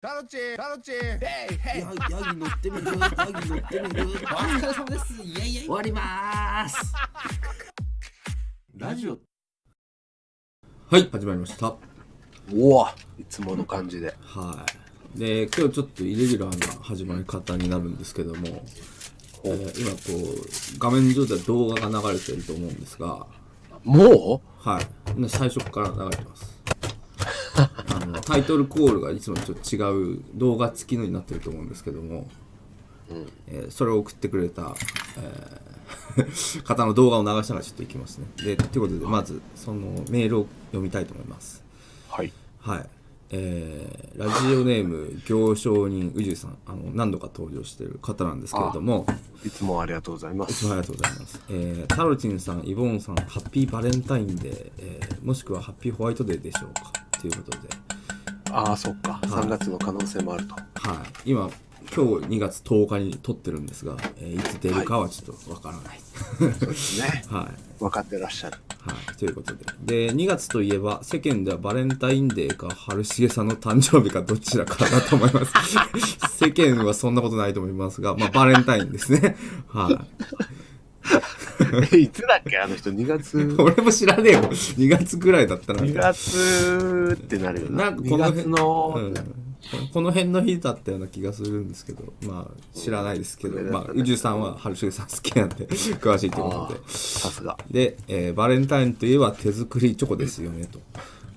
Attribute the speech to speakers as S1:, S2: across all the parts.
S1: タロチンタロチンヘイヘイ
S2: ヤギ乗ってみるヤギ乗ってみるお疲れ様ですイエイイエイ終わりまーす
S3: ラジオ
S2: はい始まりました
S3: おおいつもの感じで
S2: はいで今日ちょっとイレギュラーな始まり方になるんですけども、えー今こう画面上では動画が流れてると思うんですが
S3: も
S2: はいで最初から流れてます あのタイトルコールがいつもちょっと違う動画付きのになってると思うんですけども、えーそれを送ってくれた、えー 方の動画を流しながらちょっといきますねでということでまずそのメールを読みたいと思います
S3: うはい
S2: はい。えーラジオネーム、行商人宇治さん、あの、何度か登場している方なんですけれども、
S3: いつもありがとうございま
S2: いつ
S3: す
S2: もありがとうございます。えータロチンさん、イボーンさん、ハッピーバレンタインデー、えーもしくはハッピーホワイトデーでしょうかということで、
S3: ああそっか3月の可能性もあると
S2: はい。今、今日2月10日に撮ってるんですが、えーいつ出るかはちょっとわからない。
S3: ね
S2: はい。
S3: 分かってらっしゃる
S2: はい、ということで。で、2月といえば、世間ではバレンタインデーか、春重さんの誕生日か、どちらかだと思います。世間はそんなことないと思いますが、まあ、バレンタインですね。はい、
S3: え いつだっけあの人2月2
S2: 俺も知らねえよ。2月ぐらいだったな。
S3: 月ってなるよ
S2: な
S3: なん
S2: か
S3: 2
S2: この辺
S3: 月の、
S2: うんこの辺の日だったような気がするんですけど、まあ、知らないですけど、
S3: うん
S2: まあ、宇宙さんは春重さん好きなんで、 詳しいという
S3: あ
S2: こ
S3: あ
S2: とで。
S3: さすが
S2: で、えーバレンタインといえば手作りチョコですよねと。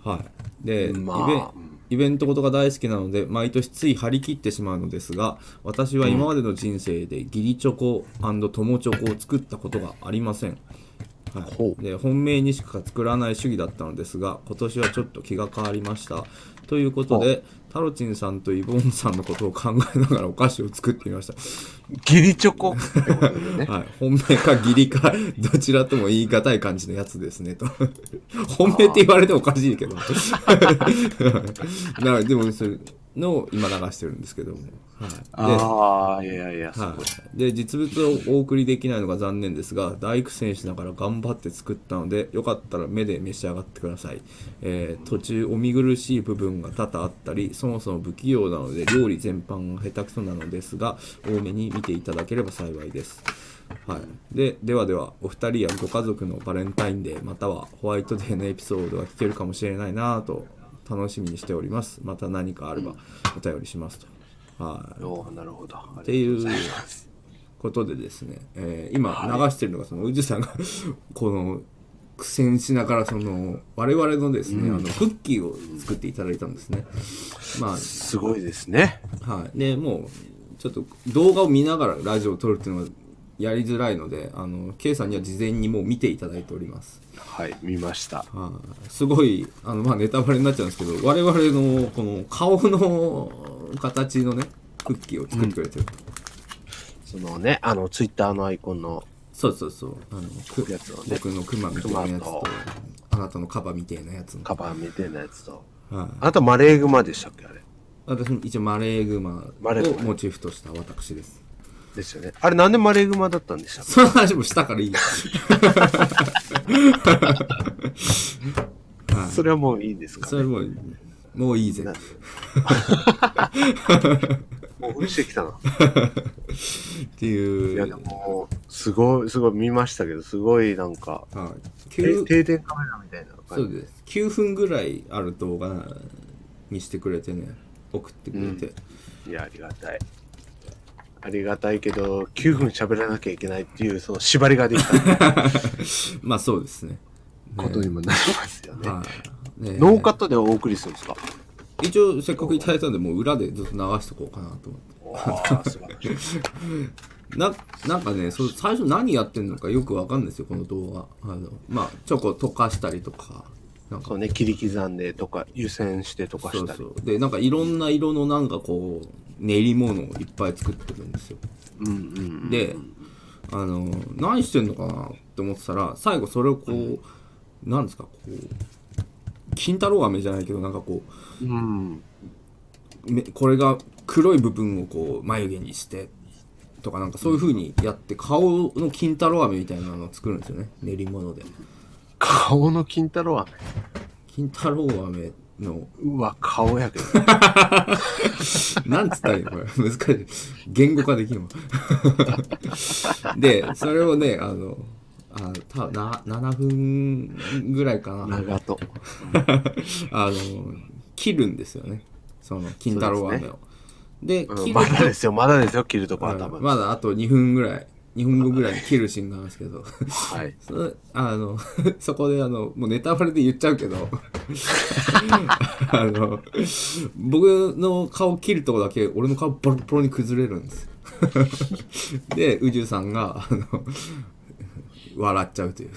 S2: はい。で、
S3: まあ
S2: イベ
S3: うん
S2: イベントごとが大好きなので、毎年つい張り切ってしまうのですが、私は今までの人生で義理チョコ友チョコを作ったことがありません。は
S3: ほ
S2: い、で本命にしか作らない主義だったのですが今年はちょっと気が変わりましたということでタロチンさんとイボンさんのことを考えながらお菓子を作ってみました
S3: ギリチョコってことでね
S2: はい、本命か義理かどちらとも言い難い感じのやつですね と本命って言われてもおかしいけど なでもそれのを今流してるんですけども、はい、で
S3: ああいやいやすごい、
S2: はい、で実物をお送りできないのが残念ですが大苦戦しながら頑張って作ったのでよかったら目で召し上がってください、えー途中お見苦しい部分が多々あったりそもそも不器用なので料理全般が下手くそなのですが多めに見ていただければ幸いですはい、でではではお二人やご家族のバレンタインデーまたはホワイトデーのエピソードが聞けるかもしれないなぁと楽しみにしておりますまた何かあればお便りしますと、はい、
S3: おーなるほどっ
S2: っていうことでですね、えー今流してるのがその宇治さんが この苦戦しながらその我々のですね、あのクッキーを作っていただいたんですね。ます
S3: ごいですね
S2: あはい、でもうちょっと動画を見ながらラジオを撮るっていうのはやりづらいのであの K さんには事前にもう見ていただいております。
S3: はい見ました
S2: はいすごいあの、まあ、ネタバレになっちゃうんですけど我々のこの顔の形のねクッキーを作ってくれてると。
S3: そのねあのツイッターのアイコンの
S2: そうそうそう。あの、く
S3: やつをね
S2: 僕のクマみたいなやつと
S3: 熊と、
S2: あなたのカバみたいなやつの。
S3: カバーみたいなやつと
S2: はい。
S3: あなたマレーグマでしたっけあれ
S2: 私も一応マレーグマを
S3: マレーグマ
S2: モチーフとした私です。
S3: ですよねあれなんでマレーグマだったんでしたっけ
S2: その話もしたからいい。
S3: それはもういいんですか
S2: それもう、もういいぜ。
S3: もう降りてきたな
S2: って
S3: い
S2: い
S3: や
S2: う。
S3: でもすごいすごい見ましたけどすごいなんか
S2: はい。
S3: て
S2: 九
S3: 停電カメラみたいな
S2: そ
S3: 感
S2: うです。9分ぐらいある動画にしてくれてね、送ってくれて。
S3: じいやありがたいありがたいけど9分喋らなきゃいけないっていうその縛りができた
S2: まあそうですね。
S3: ことにもなりますよね
S2: はい。ね
S3: ノーカットでお送りするんですか
S2: 一応せっかくいただいたんで、もう裏でずっと流しとこうかなと思って。
S3: おー素晴らしい
S2: ななんかねそう最初何やってんのかよくわかんないですよこの動画あのまあチョコ溶かしたりとかなんか
S3: そうね切り刻んでとか湯煎してとか
S2: そ
S3: し
S2: う
S3: たり
S2: そうでなんかいろんな色のなんかこう練り物をいっぱい作ってるんですよ
S3: うんうん
S2: であの何してんのかなって思ってたら最後それをこう、なんですかこう金太郎飴じゃないけどなんかこう
S3: うん
S2: めこれが黒い部分をこう眉毛にしてとかなんかそういう風にやって顔の金太郎飴みたいなのを作るんですよね練り物で
S3: 顔の金太郎は
S2: 金太郎飴の、
S3: うわ、顔やけど。
S2: なんつったらいいの これ。難しい。言語化できんわ。 で、それをね、あの、あたな7分ぐらいかな。
S3: 長と。
S2: あの、切るんですよね。その、金太郎飴を。
S3: そ
S2: で
S3: うん
S2: 切る
S3: まだですよ、まだですよ、切るとこは多
S2: う
S3: 分。
S2: んまだあと2分ぐらい、2分後ぐらいに切るシーンなんですけど、
S3: はい。
S2: そあの そこであのもうネタバレで言っちゃうけ どあの僕の顔切るとこだけ俺の顔ボロボロに崩れるんです で宇宙さんがあの笑っちゃうという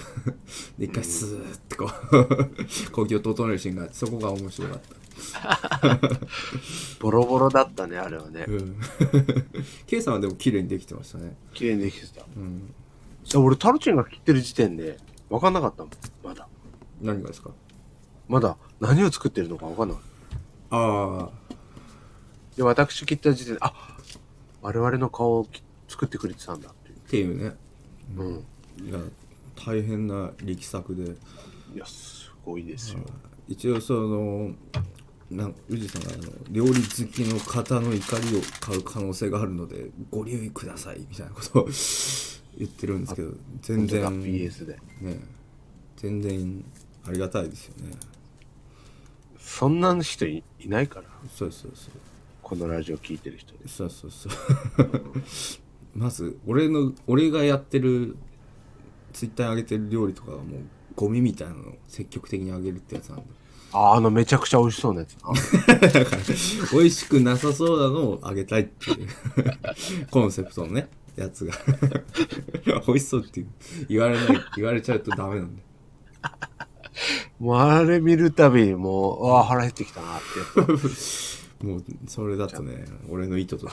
S2: で一回スーってこう呼吸を整えるシーンがあってそこが面白かった
S3: ボロボロだったね、あれはね
S2: う。ん K さんはでも綺麗にできてましたね
S3: 綺麗にできてた。
S2: うん
S3: 俺、タロチンが切ってる時点で、分かんなかったもん。まだ。
S2: 何がですか
S3: まだ、何を作ってるのか分かんなかった。
S2: ああ
S3: で、私切った時点で、あ我々の顔をき作ってくれてたんだっていう。
S2: っていうね
S3: うん。
S2: いや大変な力作で
S3: いや、すごいですよ。
S2: 一応そのなん宇治さんがあの料理好きの方の怒りを買う可能性があるのでご留意くださいみたいなことを 言ってるんですけど全
S3: 本
S2: 然
S3: 当だ PS で。
S2: ね全然ありがたいですよね
S3: そんな人いいないから。
S2: そうそうそう
S3: このラジオ聞いてる人で。
S2: そうそうそう まず俺の俺がやってるツイッターに上げてる料理とかがもうゴミみたいなのを積極的に上げるってやつなんで
S3: あ、あの、めちゃくちゃ美味しそうなやつ。あ
S2: だから 美味しくなさそうなのをあげたいっていう コンセプトのねやつが 美味しそうって言われない言われちゃうとダメなんで
S3: もう、あれ見るたびに、もう、ああ、腹減ってきたなってやっぱ。
S2: もうそれだとね俺の意図と違う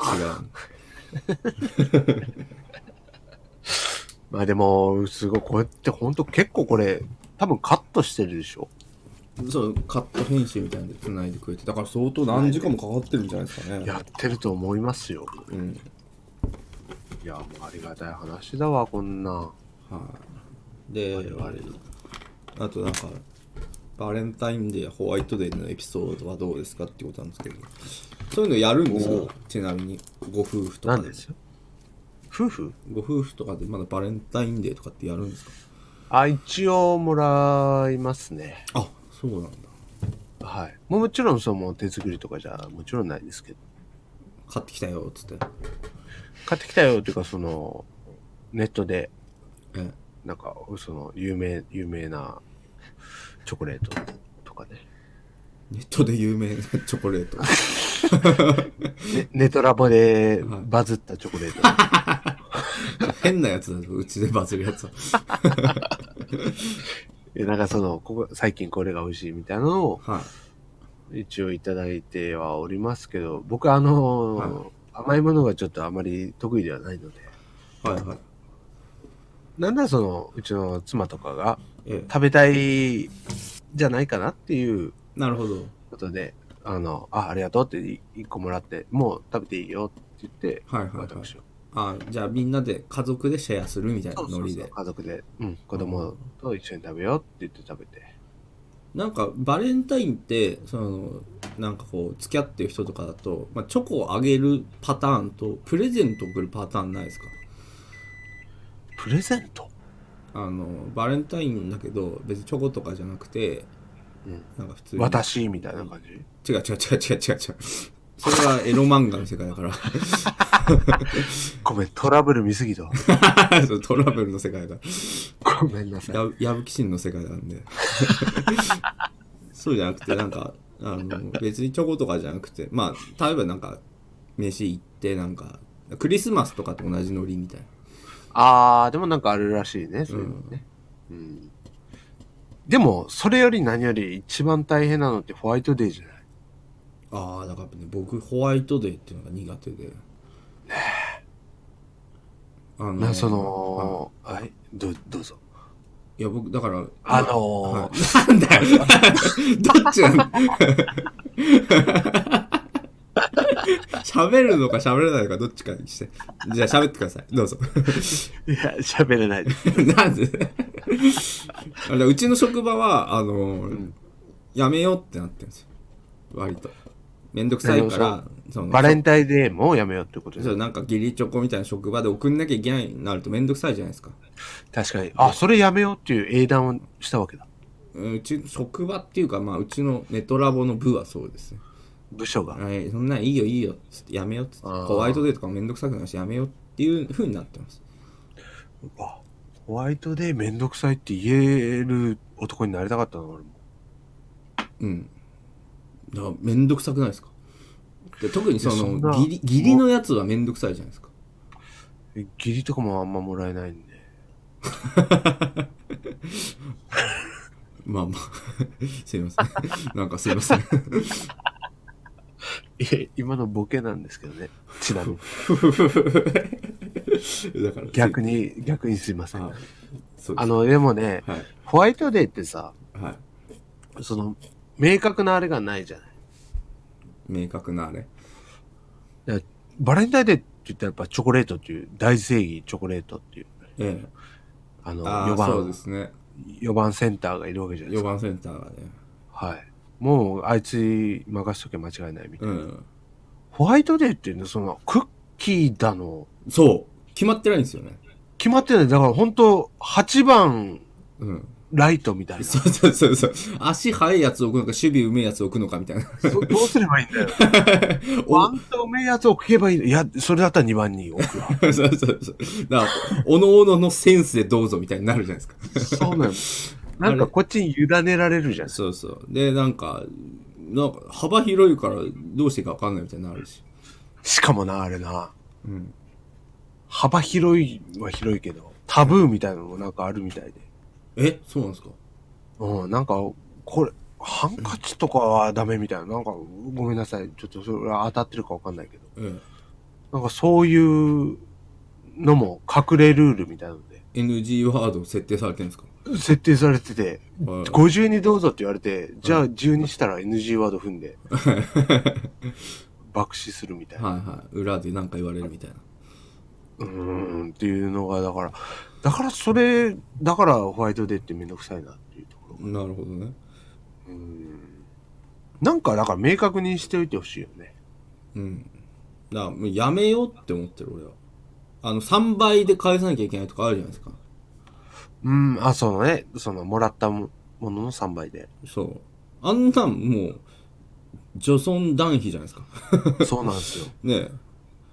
S3: まあでも、すごい、こうやってほんと結構これ、多分カットしてるでしょ。
S2: そうカット編集みたいなんで繋いでくれてだから相当何時間もかかってるんじゃないですかね
S3: やってると思いますよ。
S2: うん
S3: いや、もうありがたい話だわ、こんな。
S2: はいであとなんかバレンタインデーホワイトデーのエピソードはどうですかってことなんですけどそういうのやるんです
S3: お
S2: よ
S3: う
S2: ちなみにご夫婦とか
S3: なんですよ。夫婦
S2: ご夫婦とかでまだバレンタインデーとかってやるんですか
S3: あ、一応もらいますね。
S2: あそうなんだ
S3: はい。もうもちろん、その手作りとかじゃ、もちろんないですけど。
S2: 買ってきたよっつって
S3: 買ってきたよっていうか、その、ネットで、
S2: え
S3: なんか、その、有名、有名なチョコレートとかね。
S2: ネットで有名な チョコレート
S3: ねネトラボで
S2: はい
S3: バズったチョコレート。
S2: 変なやつだぞうちでバズるやつ は
S3: えなんかその、ここ、最近これが美味しいみたいなのを
S2: はい
S3: 一応いただいてはおりますけど、僕あのー甘いものがちょっとあまり得意ではないので、
S2: はいはい
S3: なんだその、うちの妻とかが
S2: ええ
S3: 食べたいじゃないかなっていう
S2: なるほど
S3: ことで、あの、あ、ありがとうってい一個もらって、もう食べていいよって言って、
S2: はいはいはい
S3: 私は。
S2: あじゃあみんなで家族でシェアするみたいなノリで
S3: 家族で、うん、子供と一緒に食べようって言って食べて。
S2: なんかバレンタインってそのなんかこう付き合ってる人とかだと、まあ、チョコをあげるパターンとプレゼントを送るパターンないですか
S3: プレゼント
S2: あのバレンタインだけど別にチョコとかじゃなくて
S3: うん。
S2: なんか普通に
S3: 私みたいな感じ
S2: 違う違う違う違う違う違うそれはエロ漫画の世界だから
S3: ごめん、トラブル見すぎたわ。
S2: そうトラブルの世界だ
S3: ごめんなさい。
S2: ややぶきしんの世界なんで そうじゃなくてなんかあの別にチョコとかじゃなくてまあ例えばなんか飯行ってなんかクリスマスとかと同じノリみたいな
S3: ああ、でもなんかあるらしいね、そういうのね。うん。でも、それより何より一番大変なのってホワイトデーじゃない
S2: ああだからね僕ホワイトデーっていうのが苦手でねあの
S3: な、その、はい、ど、どうぞ。
S2: いや僕だから
S3: あの
S2: はいな
S3: ー、
S2: んだ よどっちなん喋るのか喋れないのかどっちかにしてじゃあ喋ってくださいどうぞ
S3: い、や、喋れないです。
S2: なんであれうちの職場はあのー辞めようってなってるんですよ割と。めんどくさいから、その
S3: バレンタインデーもやめようってこと
S2: そう
S3: で
S2: なんか義理チョコみたいな職場で送んなきゃいけないになるとめんどくさいじゃないですか。
S3: 確かに。あ、それやめようっていう英断をしたわけだ。
S2: うんうち職場っていうか、まあ、うちのネトラボの部はそうですね。
S3: 部署が。
S2: はい、そんなんいいよいいよっつってやめようっつって
S3: あー
S2: ホワイトデーとかもめんどくさくなるしやめようっていうふうになってます。
S3: あホワイトデーめんどくさいって言える男になりたかったな、俺も。
S2: うん。だからめんどくさくないですかで特にそ
S3: いやそ
S2: の
S3: んな
S2: 義理義理のやつはめんどくさいじゃないですか。
S3: 義理とかもあんまもらえないんで。
S2: まあまあ すいませ ん。なんかすいません。
S3: いや、今のボケなんですけどね。ちなみ に。
S2: だから
S3: 逆に、逆にすいません
S2: あ。そうです
S3: あの、でもね、
S2: はい
S3: ホワイトデーってさ、
S2: はい
S3: その、明確なあれがないじゃない。
S2: 明確なあれ。
S3: バレンタインデーって言ったらやっぱチョコレートっていう、大正義チョコレートっていう、
S2: ええ。
S3: あの、
S2: あ
S3: 4
S2: あそうで
S3: 番、
S2: すね。
S3: 4番センターがいるわけじゃないで
S2: 4
S3: すか。
S2: 番センターがね。
S3: はい。もう、あいつに任しとけ間違いないみたいうな。
S2: ん。
S3: ホワイトデーっていうのは、その、クッキーだの、
S2: そう決まってないんですよね。
S3: 決まってない。だから本当8番
S2: うん。
S3: ライトみたいな。
S2: そうそうそうそう。足速いやつを置くのか、守備うめえやつを置くのかみたいな。
S3: そどうすればいいんだ よ。ワンとめえやつ置けばいい。いや、それだったら2番に置 くわ。
S2: そうそうそう。だから、おのおののセンスでどうぞみたいになるじゃないですか。
S3: そうなの。なんかこっちに委ねられるじゃん。
S2: そうそう。で、なんか、なんか幅広いからどうしていいかわかんないみたいになるし。
S3: しかもな、あれな。
S2: うん。
S3: 幅広いは広いけど、タブーみたいなのもなんかあるみたいで。
S2: えそうなんですか
S3: うん、なんか、これ、ハンカチとかはダメみたいな。なんか、ごめんなさい。ちょっとそれは当たってるかわかんないけど。
S2: え
S3: なんかそういうのも隠れルールみたいなので、
S2: え。NG ワード設定されてるんですか
S3: 設定されてて、
S2: はい
S3: 50にどうぞって言われて、じゃあ10にしたら NG ワード踏んで、爆死するみたいな。
S2: はいはい。裏でなんか言われるみたいな。
S3: うーん、っていうのが、だから、だからそれ、だからホワイトデーってめんどくさいなっていうところ。
S2: なるほどね。
S3: うーん。なんか、だから明確にしておいてほしいよね。
S2: うん。だから、もうやめようって思ってる俺は。あの、3倍で返さなきゃいけないとかあるじゃないですか。
S3: うん、あ、そのね、その、もらったもものの3倍で。
S2: そう。あんなんもう、女尊男卑じゃないですか。
S3: そうなんですよ。
S2: ねえ。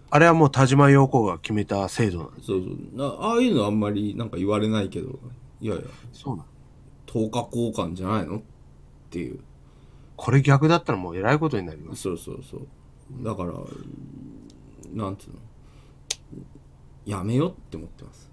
S3: あれはもう田島陽子が決めた制度なんです。
S2: そうそう。なああいうのあんまりなんか言われないけど、いやいや、
S3: そうなん
S2: 10日交換じゃないのっていう。
S3: これ逆だったらもうえらいことになります。
S2: そうそうそう。だから、なんつうの。やめようって思ってます。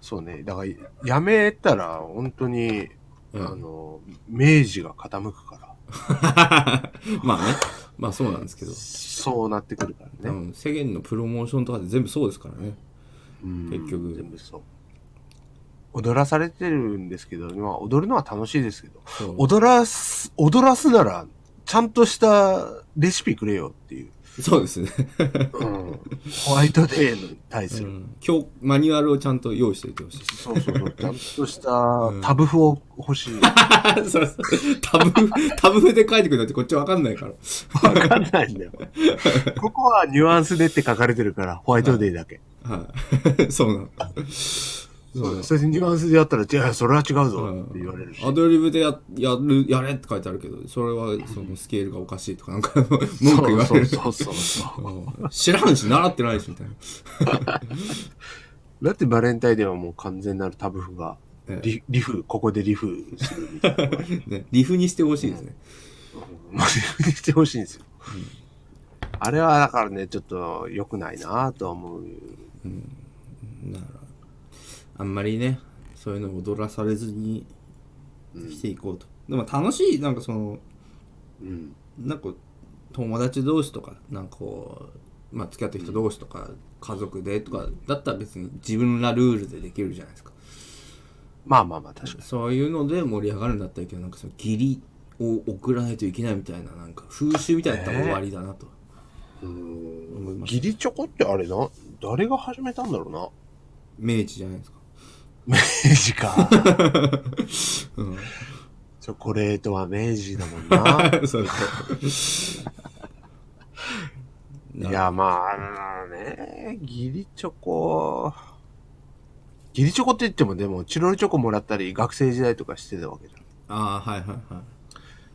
S3: そうね。だから、やめたら、本当に、
S2: うん
S3: あの、明治が傾くから。
S2: まあね。まあそうなんですけど。
S3: そうなってくるから
S2: 多
S3: ね。
S2: 分世間のプロモーションとかって全部そうですからね。
S3: うん
S2: 結局
S3: 全部そう。踊らされてるんですけど、まあ、踊るのは楽しいですけど、
S2: そう
S3: 踊らす、踊らすなら、ちゃんとしたレシピくれよっていう。
S2: そうですね、
S3: うんホワイトデーに対す
S2: う
S3: る。
S2: ん 今日、マニュアルをちゃんと用意しておいてほしい。
S3: そうそ うそう。ちゃんとしたタブ譜を欲しい。
S2: そうそう。タブ、タブで書いてくるのってこっちわかんないから。
S3: わかんないんだよ。ここはニュアンスでって書かれてるから、ホワイトデーだけ。
S2: はい。 そうなの。
S3: そう
S2: なの
S3: それでニュアンスでやったら、じゃあそれは違
S2: う
S3: う
S2: ん
S3: ぞって言われるし。
S2: アドリブでややるやれって書いてあるけどそれはそのスケールがおかしいとかなんか文句言われる
S3: そうそうそうそう。
S2: うん知らんし習ってないしみたいな、
S3: だってバレンタインデーはもう完全なるタブフが、
S2: え
S3: リリフ、ここでリフするみたいな。
S2: えね、リフにしてほしいですね、
S3: まあリフにしてほしいんですよ。あれはだからね、ちょっと良くないなとは思う。
S2: だからあんまりねそういうのを踊らされずにしていこうと、でも楽しいなんかその
S3: うん。
S2: なんか友達同士とかなんかこう、まあ、付き合ってる人同士とか、家族でとかだったら別に自分らルールでできるじゃないですか
S3: まあまあまあ、確かに。
S2: そういうので盛り上がるんだったらいいけどなんかその義理を送らないといけないみたいななんか風習みたいなのやったら終わりだなと思います、
S3: ギリチョコってあれな、誰が始めたんだろうな。
S2: 明治じゃないですか
S3: 明治か。チョコレートは明治だもんな。
S2: そう
S3: い
S2: そう
S3: や、まあ、あのね、ギリチョコ。ギリチョコって言っても、でも、チロルチョコもらったり、学生時代とかしてたわけじゃん。
S2: ああはいはいはい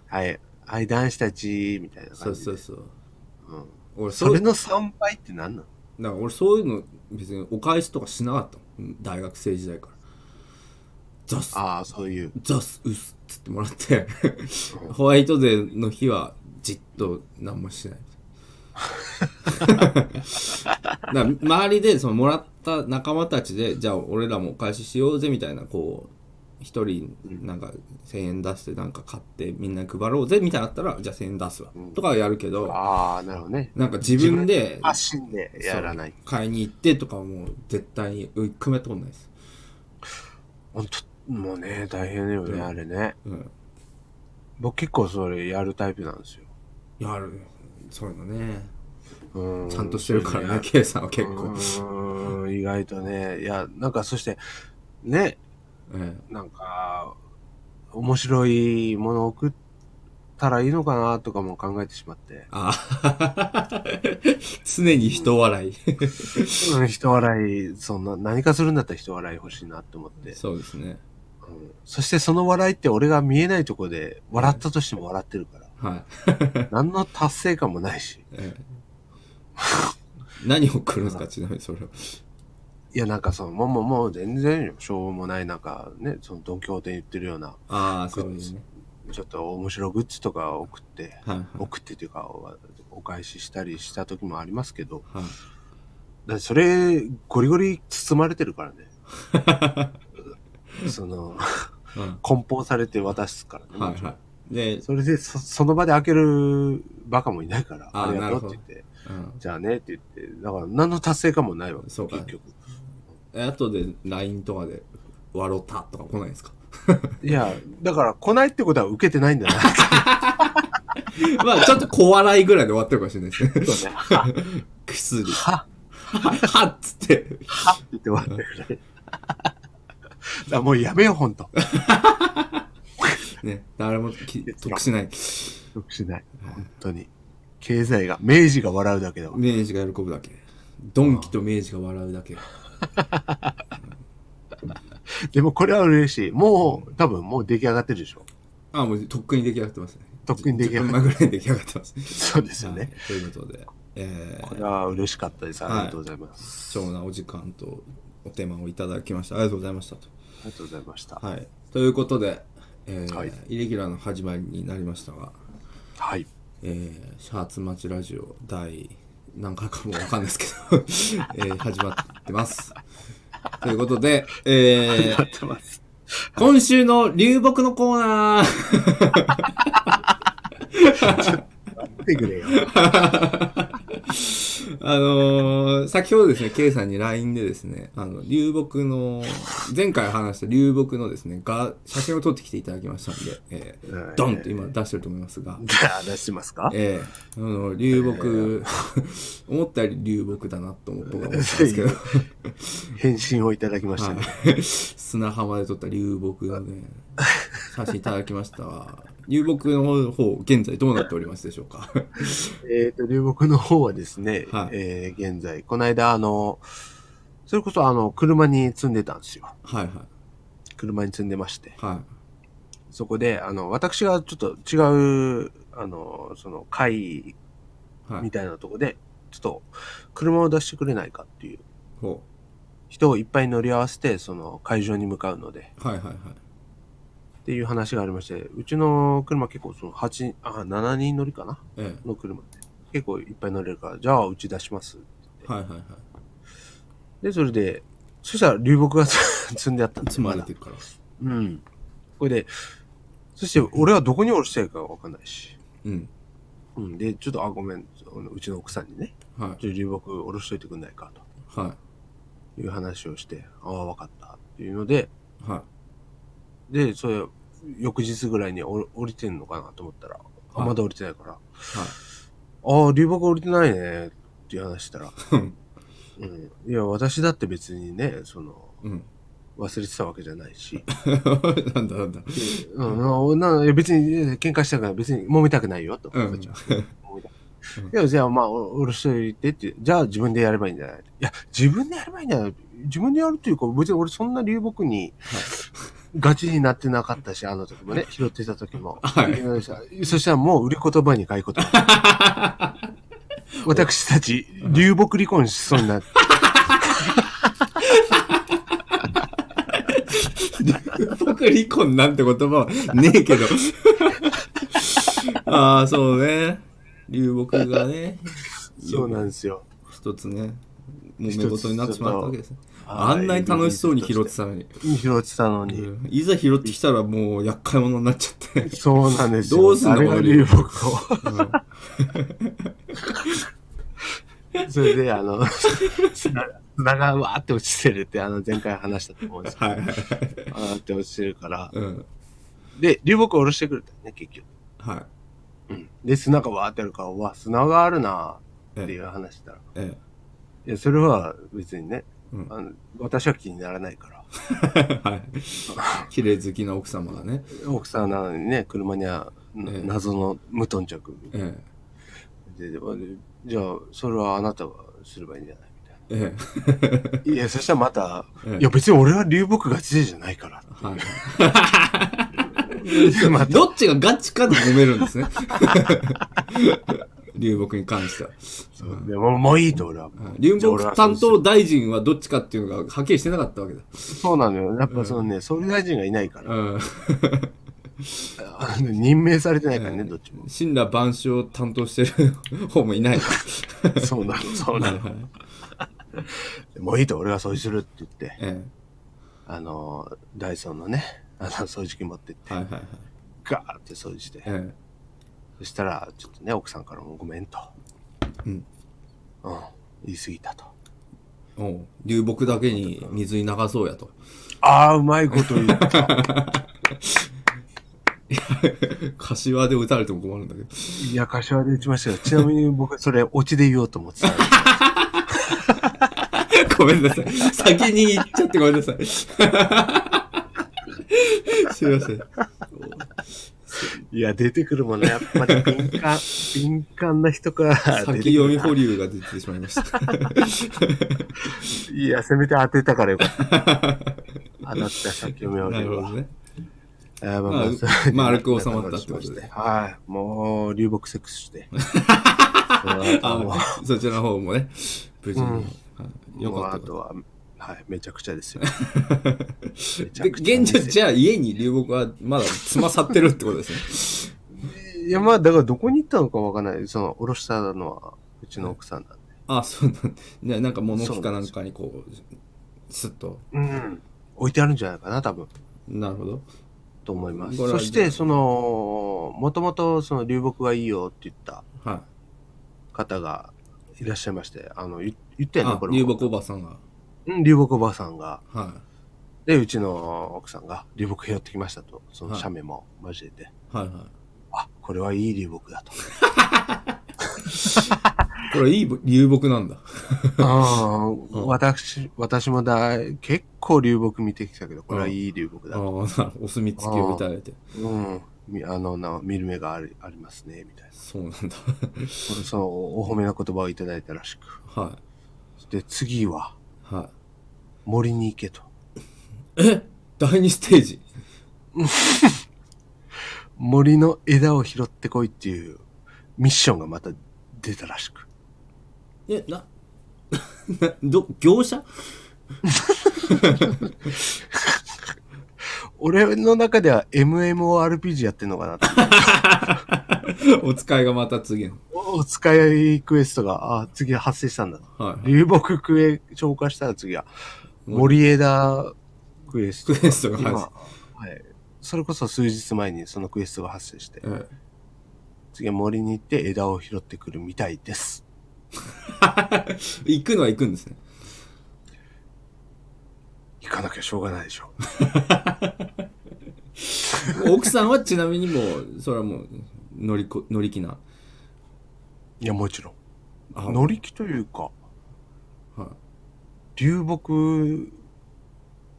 S3: はい。はい、男子たち、みたいな
S2: そ
S3: 感
S2: う
S3: じ
S2: そ
S3: で。
S2: うそう
S3: うん
S2: 俺
S3: そ
S2: そう
S3: れの3倍って何なの
S2: なんか俺そういうの別にお返しとかしなかったもん大学生時代からザス
S3: ああ、そういう。
S2: ザスウスっつってもらってホワイトデーの日はじっと何もしないだから周りでそのもらった仲間たちでじゃあ俺らもお返ししようぜみたいなこう一人なんか1,000円出してなんか買ってみんなに配ろうぜみたいなのあったらじゃあ1,000円出すわとかはやるけど
S3: ああ、なるほどね。
S2: なんか自分で
S3: 発信でやらない。
S2: そう買いに行ってとかはもう絶対に一個もやったことないです、
S3: 本当もうね、大変だよね、あれね。
S2: うん、
S3: 僕結構それやるタイプなんですよ。
S2: やるそういうのね
S3: うん。
S2: ちゃんとしてるからね K さんは結
S3: う
S2: 構、
S3: ーん、意外とね。いや、なんかそして、ね、
S2: え
S3: なんか、面白いものを送ったらいいのかなとかも考えてしまって。
S2: あ 常に人笑い
S3: うん、人笑い、そんな、何かするんだったら人笑い欲しいなって思って。
S2: そうですね
S3: うんそしてその笑いって俺が見えないとこで笑ったとしても笑ってるから。
S2: はい、
S3: 何の達成感もないし。
S2: ええ何を送るんですかちなみにそれはい
S3: や、なんかその、もう、もう、もう全然よしょうもない、なんかね、その、ドンキホーテに言ってるような、
S2: ああそうですね
S3: ちょっと面白グッズとか送って、
S2: はいはい
S3: 送ってというか、おお返ししたりした時もありますけど、
S2: はい
S3: だってそれ、ゴリゴリ包まれてるからね。 その、
S2: うん
S3: 梱包されて渡すからね。
S2: は
S3: も
S2: い
S3: ちろん
S2: はいで、
S3: それでそ、その場で開けるバカもいないから、
S2: あー
S3: ありが
S2: なる
S3: とう
S2: ほど
S3: って言って、
S2: うん
S3: じゃあねって言って、だから何の達成感もないわけ、
S2: そうか
S3: 結局。
S2: え、あとで LINE とかで「笑った」とか来ないですか
S3: いや、だから来ないってことは受けてないんだな。
S2: まあちょっと小笑いぐらいで終わってるかもしれないですね
S3: そうね。はっ
S2: くすり。
S3: はっ
S2: はっつって。
S3: はっって言って終わってるね。だからもうやめよう、ほんと。
S2: ね、誰もき得しない。
S3: 得しない。本当に。経済が、明治が笑うだけだわ。
S2: 明治が喜ぶだけ。ドンキと明治が笑うだけ。
S3: でもこれは嬉しい。もう、多分もう出来上がってるでしょ。
S2: あ、もうとっくに出来上がってますね。
S3: とっくに出来上が
S2: 10分
S3: って
S2: 前ぐらいに出来上がってます。
S3: そうですよ
S2: はい
S3: ね。。
S2: ということで、え
S3: こ
S2: ー、
S3: れは嬉しかったです。あ
S2: はい
S3: りがとうございます。
S2: 貴重なお時間とお手間をいただきました。ありがとうございましたと。
S3: ありがとうございました。
S2: はい。ということで、えー
S3: はい
S2: イレギュラーの始まりになりましたが、
S3: はい。
S2: えー、シャーツ待ちラジオ第何回かもわかんないですけど、 えー始まってます。ということで、えー、今週の流木のコーナー
S3: 待ってくれよ。
S2: あのー先ほどですね、K さんに LINE でですね、あの、流木の、前回話した流木のですね、が、写真を撮ってきていただきましたんで、えー、ドンって今出してると思いますが、
S3: じゃあ出しますか
S2: ええあの、流木、 思ったより流木だなと思僕は思ったんですけど、
S3: 返信をいただきましたね。
S2: はい、 砂浜で撮った流木が ね、写真いただきましたが、流木の方、現在どうなっておりますでしょう か
S3: えっ、と、流木の方はですね、
S2: はい
S3: えー現在、この間、あの、それこそ、あの、車に積んでたんですよ。
S2: はいはい。
S3: 車に積んでまして。
S2: はい。
S3: そこで、あの、私がちょっと違う、あの、その、会
S2: はい
S3: み。たいなとこで、ちょっと、車を出してくれないかっていう、
S2: ほ
S3: 人をいっぱい乗り合わせて、その、会場に向かうので、
S2: う。はいはいはい。
S3: っていう話がありまして、うちの車結構、その、8、あ、7人乗りかな
S2: え
S3: の車で、結構いっぱい乗れるから、じゃあ、うち出します。
S2: え。はいはいはい。
S3: で、それで、そしたら流木が 積んであったんです
S2: 積
S3: よ
S2: まれてるから。
S3: まだうん。これで、そして俺はどこに降ろしてるかわかんないし。
S2: うん。
S3: うん。で、ちょっと、あ、ごめん、あのうちの奥さんにね、
S2: はい。
S3: ちょっと流木降ろしといてくんないか、
S2: は
S3: という話をして、ああ、わかった、っていうので、
S2: い。はい。
S3: で、それ、翌日ぐらいに降降りてんのかなと思ったら、あ
S2: はい
S3: まだ降りてないから、ああ、流木降りてないね、っていう話したら、
S2: はい。
S3: うん。いや、私だって別にね、その、
S2: うん。
S3: 忘れてたわけじゃないし。
S2: なんだ なんだ。
S3: うん、な別にえー喧嘩したから別に揉めたくないよと。
S2: うん
S3: こっ ちは揉めたいや、じゃあまあ、おおろしといてって、じゃあ自分でやればいいんじゃないいや、自分でやればいいんじゃない自分でやるというか、別に俺そんな流木に、ガチになってなかったし、あの時もね、拾ってた時も。
S2: はい
S3: そしたらもう売り言葉に買い言葉。 私たち、流木離婚しそうになって。
S2: 僕離婚なんて言葉はねえけ ど。ああ、そうね。流木がね、
S3: そうなんですよ。
S2: 一つね、揉め事になってしまったわけですね。
S3: はい
S2: あんなに楽しそうに拾ってたのに。
S3: 拾ってたのに。
S2: うんいざ拾ってきたらもう厄介者になっちゃ って。
S3: そうなんですよ。
S2: どうすんの
S3: あれ
S2: こ
S3: が
S2: の
S3: 流
S2: 流
S3: 木を。
S2: うん
S3: それで、あ の、砂がわーって落ちてるって、あの、前回話したと思うんですけ
S2: はいはいはい。
S3: ど、わーって落ちてるから。
S2: うん。
S3: で、流木を下ろしてくれたよね、結局。
S2: はい。
S3: うん。で、砂がわーってあるから、うわ、砂があるなーってい
S2: え
S3: う話したら。
S2: え。
S3: いや、それは別にね、
S2: うん
S3: あの私は気にならないから。
S2: はい。綺麗好きな奥様がね。
S3: 奥さんなのにね、車には、
S2: ええ
S3: 謎の無頓着。
S2: え
S3: で、でじゃあ、それはあなたがすればいいんじゃないみたい
S2: え。え
S3: な。いや、そしたらまた、
S2: え。
S3: いや、別に俺は流木がちでじゃないから。
S2: はい。
S3: また
S2: どっちがガチかで揉めるんですね。 流木に関しては。うん
S3: でもうもういいと俺は。
S2: 流木担当大臣はどっちかっていうのがはっきりしてなかったわけだ。
S3: そうなのよ。やっぱそのね、総理大臣がいないから、
S2: うん。
S3: あの任命されてないからね、
S2: うん
S3: どっちも。
S2: 神羅万象を担当してる方もいない。
S3: そう なの、そう
S2: は
S3: ないの
S2: は。い。
S3: もういいと俺が掃除するって言って、
S2: え
S3: あの、ダイソンのね、あの、掃除機持ってっ
S2: え。
S3: て、
S2: はいはいはい。
S3: ガーって掃除して、
S2: ええ。
S3: そしたら、ちょっとね、奥さんからもごめんと。
S2: うん。
S3: うん。言い過ぎたと。
S2: おう流木だけに水に流そうやと。
S3: ああ、うまいこと言った。
S2: 柏で打たれても困るんだけど。
S3: いや、柏で打ちましたよ。ちなみに僕、それ、オチで言おうと思ってた。
S2: ごめんなさい。先に言っちゃってごめんなさい。 すいません。
S3: いや、出てくるもの、やっぱり敏感、敏感な人から出てく
S2: 先
S3: る
S2: 読み保留が出てしまいま した。
S3: いや、せめて当てたからよかった。 当たった、さっき読み
S2: なるほど
S3: は。
S2: ね。
S3: えーま
S2: まあ
S3: それで
S2: まあ丸く収まったってことで
S3: はい。もう、流木セックスして。あも
S2: あそちらの方もね、無事に。はいよ
S3: う、
S2: か
S3: あ
S2: った
S3: と
S2: よかっ
S3: は、はい、めちゃくち ゃですよ。めち
S2: た。
S3: ゃ
S2: で
S3: くちゃで
S2: 現
S3: すよ
S2: 状、じゃあ家に流木はまだつまさってるってこと です
S3: いや、まあ、だからどこに行ったのかわからない。その、おろしたのは、うちの奥さんなんで。
S2: ね。あ、そうなんねなんか物置かなんかにこう、スッと。
S3: うん。置いてあるんじゃないかな、多分。
S2: なるほど。
S3: と思います。
S2: これは
S3: そして、その、もともと、その、流木がいいよって言った
S2: は
S3: 方がいらっしゃいまして、あの、言言っ
S2: い。
S3: たよね、
S2: あ
S3: こ、れも
S2: 流木おばさんが。
S3: うん、流木おばあさんが、
S2: は
S3: で、うちの奥さんが流木拾ってきましたと、その
S2: はい
S3: 写メも交えて、
S2: い。はいはい。
S3: あ、これはいい流 木だと。
S2: これいい流木なんだ。
S3: ああ、私、私もだ、結構流木見てきたけど、これはいい流木
S2: ああ
S3: だ。
S2: ー、なお墨付きをいただいて。
S3: うん。みあの、な見る目があるありますね、みたいな。
S2: そうなんだ。
S3: これその、おお褒めの言葉をいただいたらしく。
S2: は
S3: で、次は、
S2: い。はい。
S3: 森に行けと。
S2: 第2ステージ。
S3: 森の枝を拾ってこいっていうミッションがまた出たらしく。
S2: え、な、 な、ど、業者
S3: 俺の中では MMORPG やってんのかなと
S2: お使いがまた次の。
S3: お使いクエストが、あ、次は発生したんだな。
S2: はい。
S3: 流木クエ、消化したら次は、森枝クエスト。
S2: クエストが
S3: 今
S2: 発
S3: はい。それこそ数日前にそのクエストが発生して、
S2: ええ
S3: 次は森に行って枝を拾ってくるみたいです。
S2: 行くのは行くんですね。
S3: 行かなきゃしょうがないでしょ。
S2: 奥さんはちなみにもう、それはもう、乗りこ、乗り気な。
S3: いや、もちろん。
S2: あ
S3: 乗り気というか、
S2: は
S3: 流木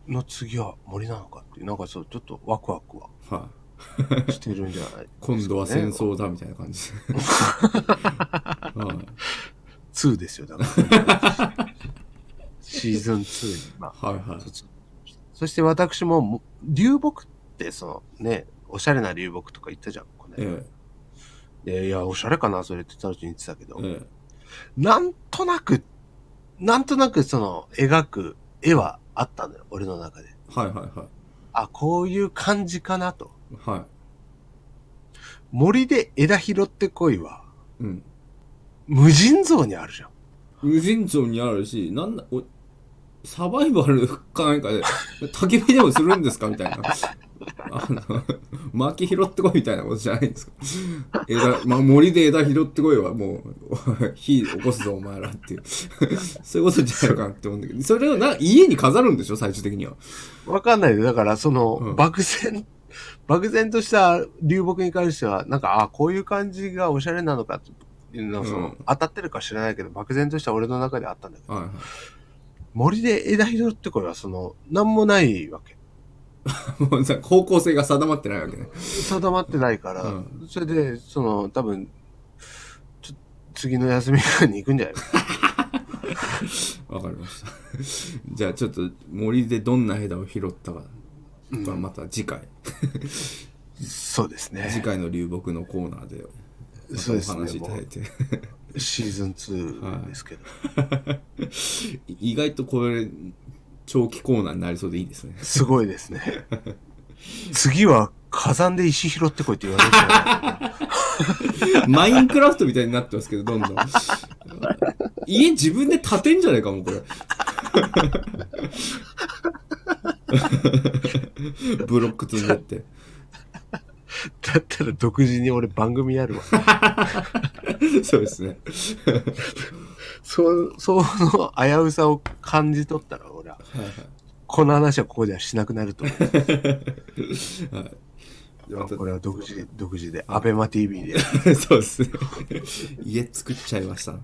S3: の次は森なのかっていう、なんかそう、ちょっとワクワクは
S2: は
S3: してるんじゃない
S2: い、 今度は戦争だみたいな感じ、 はい
S3: ?2 ですよ、だから。シーズン2に、まあ、
S2: はいはい
S3: 卒そして私もも、流木って、そのね、おしゃれな流木とか言ったじゃん、これ。
S2: え
S3: でいや、おしゃれかな、それってタロチに言ってたけど
S2: え、え
S3: なんとなく、なんとなくその、描く絵はあったのよ、俺の中で。
S2: えはいはいは
S3: あ、こういう感じかなと。
S2: いは
S3: 森で枝拾ってこいは、
S2: いうん
S3: 無尽蔵にあるじゃん。
S2: 無尽蔵にあるし、なんだ、おサバイバルかなんかで、 焚き火でもするんですかみたいな。あの、薪拾ってこいみたいなことじゃないんですか。枝、まあ、森で枝拾ってこいはもう、 お火起こすぞお前らっていう。 そういうことじゃないかなって思うんだけど、それをな家に飾るんでしょ最終的には。
S3: わかんないよ。だから、その、
S2: うん
S3: 漠然、 漠然とした流木に関しては、なんか、あこういう感じがおしゃれなのかっていうのは、その、
S2: うん
S3: 当たってるか知らないけど、漠然とした俺の中であったんだけど、
S2: はいはい。
S3: 森で枝拾ってこれは、その、なんもないわけ。
S2: もうさ、 方向性が定まってないわけね。
S3: 定まってないから、
S2: うん
S3: それで、その、多分、ちょ次の休み間に行くんじゃない
S2: わかりました。じゃあちょっと森でどんな枝を拾ったかはまた次回。
S3: そうです
S2: 次
S3: ね。
S2: 回の流木のコーナーでまた
S3: そう
S2: お
S3: です
S2: 話
S3: ね。
S2: しいた
S3: も
S2: だいて、
S3: うシーズン2ですけど。
S2: 意外とこれ長期コーナーになりそうでいいですね
S3: すごいですね。次は火山で石拾ってこいって言われるから、
S2: マインクラフトみたいになってますけどどんど ん家自分で建てんじゃないかもうこ れブロック積んでって
S3: だったら独自に俺番組やるわ。
S2: そうですね
S3: そう、その危うさを感じ取ったら俺は、この話はここではしなくなると思
S2: じゃあまた
S3: う。これは独自で、独自で、アベマ TV で。
S2: そうですね家作っちゃいました
S3: っ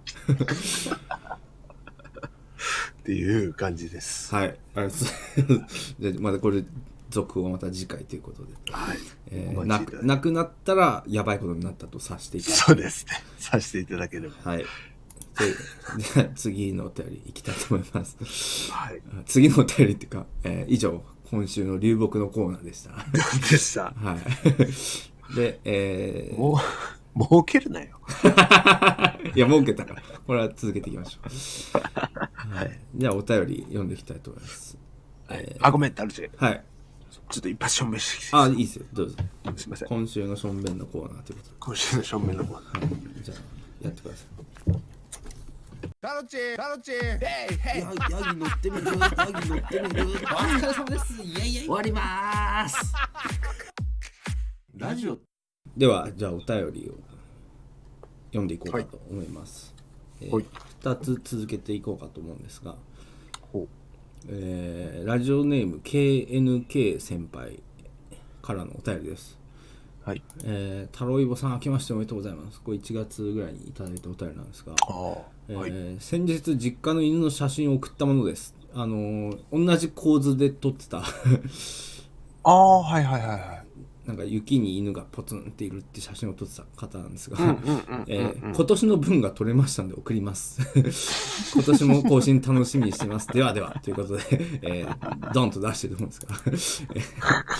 S3: ていう感じです。
S2: はいありがとうございますじゃあまたこれ続報はまた次回ということで
S3: はい。
S2: え
S3: お
S2: ー、な
S3: 待ちいただい
S2: く
S3: て
S2: なくなったらやばいことになったとさせていただき
S3: そうですね。させていただければ。
S2: はい。で じゃあ次のお便りいきたいと思います。
S3: はい。
S2: あ次のお便りっていうか、えー以上、今週の流木のコーナーでした。 は
S3: どうでした
S2: い。で、えー、
S3: もう、儲けるなよ。
S2: いや、儲けたから。これは続けていきましょ う。
S3: は
S2: はいい。じゃあ、お便り読んでいきたいと思います。えー
S3: あ、ごめん、タルチ。
S2: はい。
S3: ちょっと一発証明してきて。
S2: あ、いいですよ。どうぞ。
S3: すいません。
S2: 今週のしょんべんのコーナーということで。
S3: 今週の正面のコーナー。
S2: はい。じゃあ、やってください。
S1: タロッチタロッチヘイヘイ
S4: ヤギヤギ乗ってみるヤギ乗ってみるお疲れ様ですイエイイエイ終わりまーすラジオ
S2: ではじゃあお便りを読んでいこうかと思います、え
S3: はい
S2: 2つ続けていこうかと思うんですが
S3: ほう、
S2: えーラジオネーム KNK 先輩からのお便りです
S3: はい。
S2: えー、タロイボさん明けましておめでとうございますこれ1月ぐらいにいただいたお便りなんですが、
S3: ああ。
S2: えー
S3: はい。
S2: 先日実家の犬の写真を送ったものですあのー同じ構図で撮ってた
S3: ああ、はいはいはいはい。
S2: なんか雪に犬がポツンっているって写真を撮ってた方なんですが、 え
S3: え
S2: ー今年の分が取れましたので送ります。 今年も更新楽しみにしています。ではでは、ということで、 えー、ドンと出してると思うんですが、え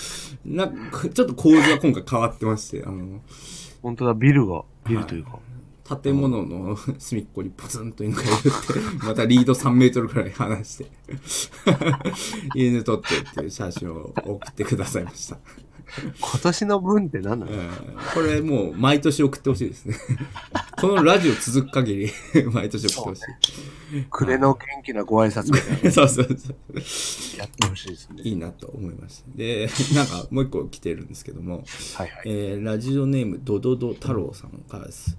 S2: ーなんかちょっと構図が今回変わってまして、あの、
S3: 本当だ、ビルが、ビルというか。
S2: 建物の 隅っこにポツンと犬がいるって、 またリード3メートルくらい離して、 犬撮ってっていう写真を送ってくださいました。
S3: 今年の分って何な
S2: う
S3: の
S2: んこれもう毎年送ってほしいですね。 このラジオ続く限り、 毎年送ってほしい。
S3: 暮れの元気なご挨拶みたいな
S2: そうそうそう。
S3: のやってほしいですね。
S2: いいなと思いました。で、なんかもう一個来てるんですけども、
S3: はいはい。
S2: えーラジオネームドドド太郎さんからです。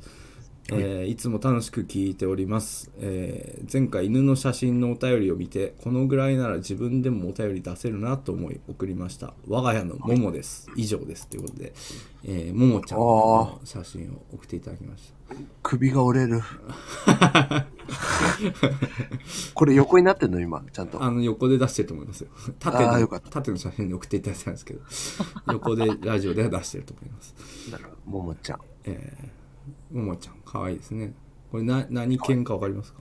S2: えーいつも楽しく聞いております、えー前回犬の写真のお便りを見てこのぐらいなら自分でもお便り出せるなと思い送りました我が家のももです以上ですということで、えー、ももちゃんの写真を送っていただきました
S3: 首が折れ る。これ横になってんの今、ちゃんと。
S2: あの横で出してると思いますよ。 縦
S3: あー
S2: の
S3: よかった
S2: 縦の写真で送っていただいたんです けど、横でラジオでは出してると思います。
S3: ももちゃん。
S2: えー、ももちゃん、可愛いですね。これな何犬かわかりますか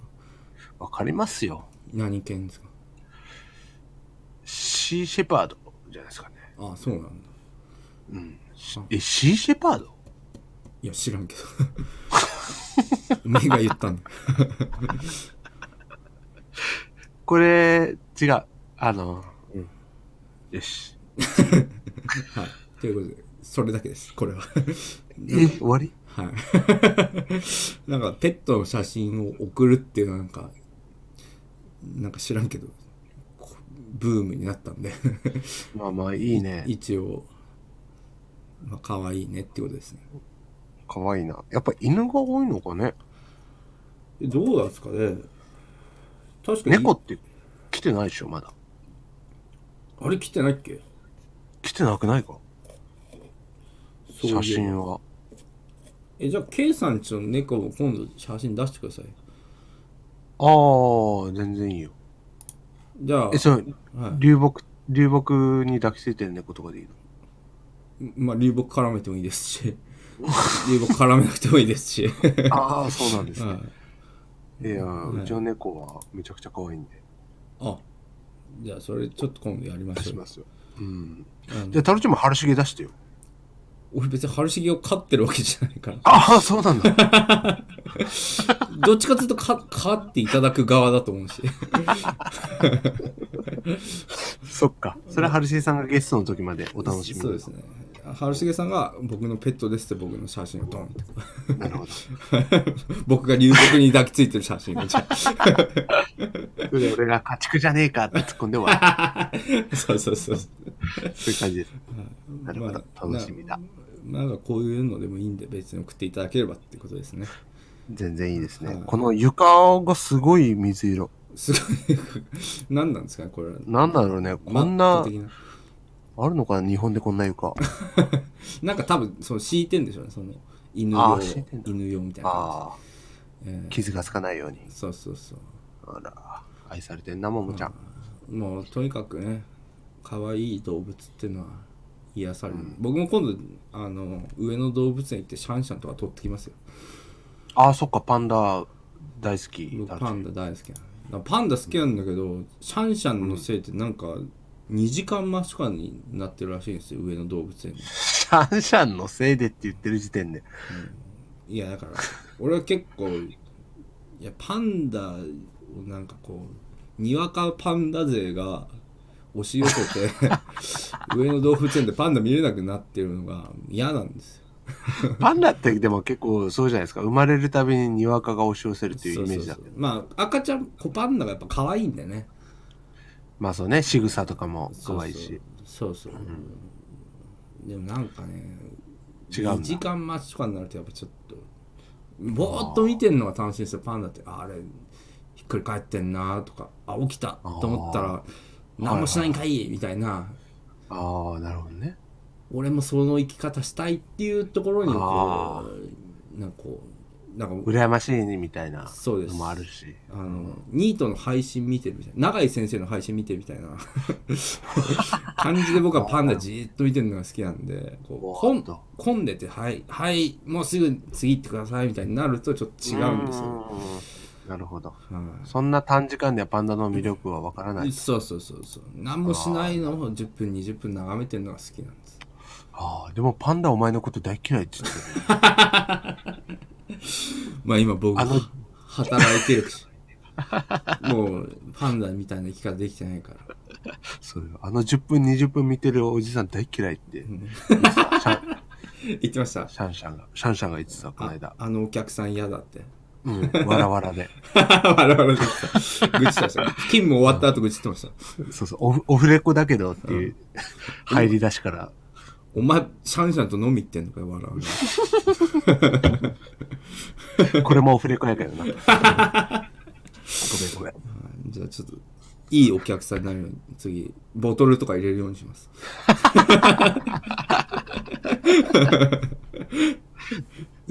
S3: わかりますよ。
S2: 何犬ですか
S3: シーシェパードじゃないですかね。
S2: ああ、そうなんだ。
S3: え、シーシェパード
S2: いや、知らん けど。おめえが言ったんだ。
S3: これ、違う。あの、よし。
S2: はい。ということで、それだけです、これは。
S3: え、終わり
S2: はい。 なんか、ペットの写真を送るっていうのはなんか、なんか知らんけど、こブームになったんで。
S3: まあまあ、いいね。
S2: 一応、まあ、可愛いねってことですね。
S3: かわいいな。やっぱ犬が多いのかね。
S2: どうなんですかね確かに、
S3: 猫って来てないでしょ、まだ。
S2: あれ来てないっけ
S3: 来てなくないか
S2: そういえば
S3: 写真は。
S2: え、じゃあ、K さんちの猫も今度写真出してください。
S3: ああ、全然いいよ。
S2: じゃあ、
S3: え、その、
S2: はい、
S3: 流木、流木に抱きついてる猫とかでいいの
S2: まあ、流木絡めてもいいです し、流木絡めなくてもいいですし。
S3: ああ、そうなんですね。
S2: はい
S3: いや
S2: い
S3: ー、うちの猫はめちゃくちゃ可愛いんで。
S2: あ、じゃあ、それちょっと今度やりま
S3: 出
S2: し
S3: し
S2: ょう
S3: ま。すよ。うん。
S2: うん
S3: じゃあ、タロチも春茂出してよ。
S2: 俺別に春茂を飼ってるわけじゃないから。
S3: ああ、そうなんだ。
S2: どっちかというとか、飼っていただく側だと思うし。
S3: そっか。それは春茂さんがゲストの時までお楽しみに
S2: そうですね春重さんが僕のペットですって僕の写真をドンって
S3: なるほど。
S2: 僕が流木に抱きついてる写真をじゃ
S3: それで俺が家畜じゃねえかって突っ込んで終わ
S2: あ そうそうそう
S3: る。 そういう感じです。なるほど。
S2: まあ
S3: 楽しみだ。
S2: ななんかこういうのでもいいんで別に送っていただければってことですね
S3: 全然いいです
S2: は
S3: ね
S2: い。
S3: この床がすごい水色。
S2: すごい何なんですかねこれは
S3: なんだろうね。こんな
S2: マット、的な
S3: あるのかな日本でこん な床。
S2: なんか多分その敷いてんでしょうねその犬
S3: あ
S2: 用
S3: ー敷いてんだ
S2: 犬用みたいな感
S3: ああ、
S2: じ、え
S3: 傷がつかないように
S2: ー。そうそうそう
S3: あら、愛されてんな、ももちゃん。
S2: もうとにかくね可愛い動物っていうのは癒される、僕も今度あの上野動物園行ってシャンシャンとか撮ってきますよ
S3: ああ、そっか、パンダ大好き。
S2: 僕パンダ大好きなのパンダ好きなんだけどシャンシャンのせいってなんか2時間待ちとかになってるらしいんですよ上野動物園に
S3: シャンシャンのせいでって言ってる時 点で。
S2: いやだから俺は結構いやパンダをなんかこうにわかパンダ勢が押し寄せて上野動物園でパンダ見れなくなってるのが嫌なんですよ
S3: パンダってでも結構そうじゃないですか。生まれるたびににわかが押し寄せるっていうイメージだ
S2: そうそうそうまあ赤ちゃん子パンダがやっぱ可愛いんだよね
S3: まあそうね、仕草とかも可愛いし。
S2: そうそうそうそう、でもなんかね
S3: 違うんだ
S2: 2時間待ちとかになるとやっぱちょっとぼーっと見てんのが楽しいんですよパンダってああれひっくり返ってんなとかあ起きたと思ったら何もしないんかいみたいな、
S3: ああ、なるほどね。
S2: 俺もその生き方したいっていうところにこ
S3: あ
S2: うなんかこうなんか
S3: 羨ましいねみたいな
S2: そうです
S3: のもあるし。
S2: あのニートの配信見てるみたいな永井先生の配信見てるみたいな 感じで僕はパンダじーっと見てるのが好きなんでこう
S3: わ
S2: 混
S3: ーっと
S2: 混んでて「はいはいもうすぐ次行ってください」みたいになるとちょっと違うんですよ。
S3: うんなるほど。
S2: は
S3: そんな短時間ではパンダの魅力はわからないい。
S2: そうそうそうそう何もしないのを10分20分眺めてるのが好きなんです
S3: ああ、でもパンダお前のこと大嫌いって言ってる。
S2: まあ今僕
S3: あの
S2: 働いてるしもうパンダみたいな生き方できてないから
S3: そうよ。あの10分20分見てるおじさん大嫌いって。シャン
S2: 言ってました
S3: シャンシャンが、シャンシャンが言ってた、この間
S2: あ。あのお客さん嫌だって
S3: うん、わらわらで。
S2: 笑われてきた。愚痴ってました。勤務終わった後愚痴ってました。
S3: そうそう、オフオフレコだけどっていう、入り出しから。
S2: お前、シャンシャンと飲み行ってんのかよ、笑われて
S3: これもオフレコや けどな。ごめんごめん。
S2: じゃあちょっと、いいお客さんになるように、次、ボトルとか入れるようにします。
S3: い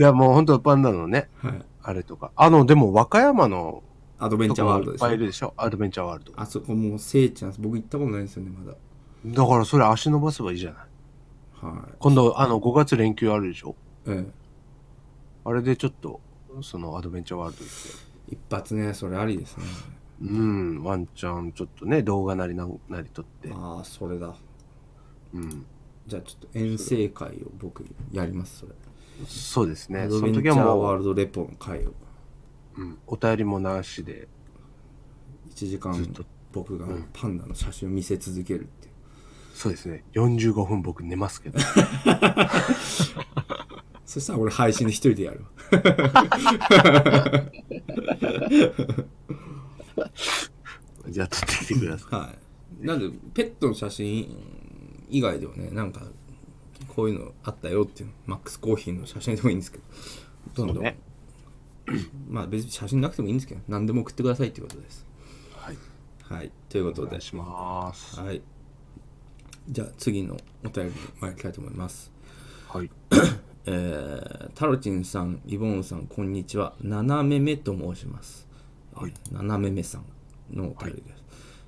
S3: や、もう本当パンダのね、
S2: はい。
S3: あれとか。あの、でも和歌山の
S2: アドベン
S3: と
S2: チャ
S3: か
S2: ーワー
S3: も
S2: ルドで
S3: いっ
S2: す
S3: ぱいいる
S2: ね。
S3: でしょ。アドベンチャーワールド。
S2: あそこもう、せいちゃんです、僕行ったことないんですよね、まだ。
S3: だからそれ足伸ばせばいいじゃない。
S2: はい。
S3: 今度、あの、5月連休あるでしょ。
S2: え
S3: あれでちょっと、そのアドベンチャーワールド行って。
S2: え、一発ね、それありですね。
S3: うん、ワンチャンちょっとね、動画なりなんなり撮って。
S2: ああ、それだ。
S3: うん。
S2: じゃあちょっと遠征会を僕やります、それ。
S3: そうですね。
S2: ア
S3: そ
S2: ドベ
S3: の
S2: ンチ
S3: 時
S2: ャ
S3: は
S2: ーワ
S3: も
S2: ールドレポの会を。
S3: う、うん、お便りもなしで、
S2: 1時間
S3: ずっと
S2: 僕がパンダの写真を見せ続けるっていう、
S3: そうですね。45分僕寝ますけど。
S2: そしたら俺配信で一人でやるわ
S3: じゃあ撮ってきてください。
S2: はいなんでペットの写真以外ではねなんかこういうのあったよっていうのマックスコーヒーの写真でもいいんですけどどんどん、
S3: ね
S2: まあ別に写真なくてもいいんですけど何でも送ってくださいっていうことです
S3: はい。
S2: はいということ
S3: お願
S2: で
S3: いします。
S2: はいじゃあ次のお便りに参りたいと思います
S3: はい。
S2: えー、タロチンさん、イボンさん、こんにちは。斜めめと申します。
S3: はい
S2: 斜めめさんのお便りです、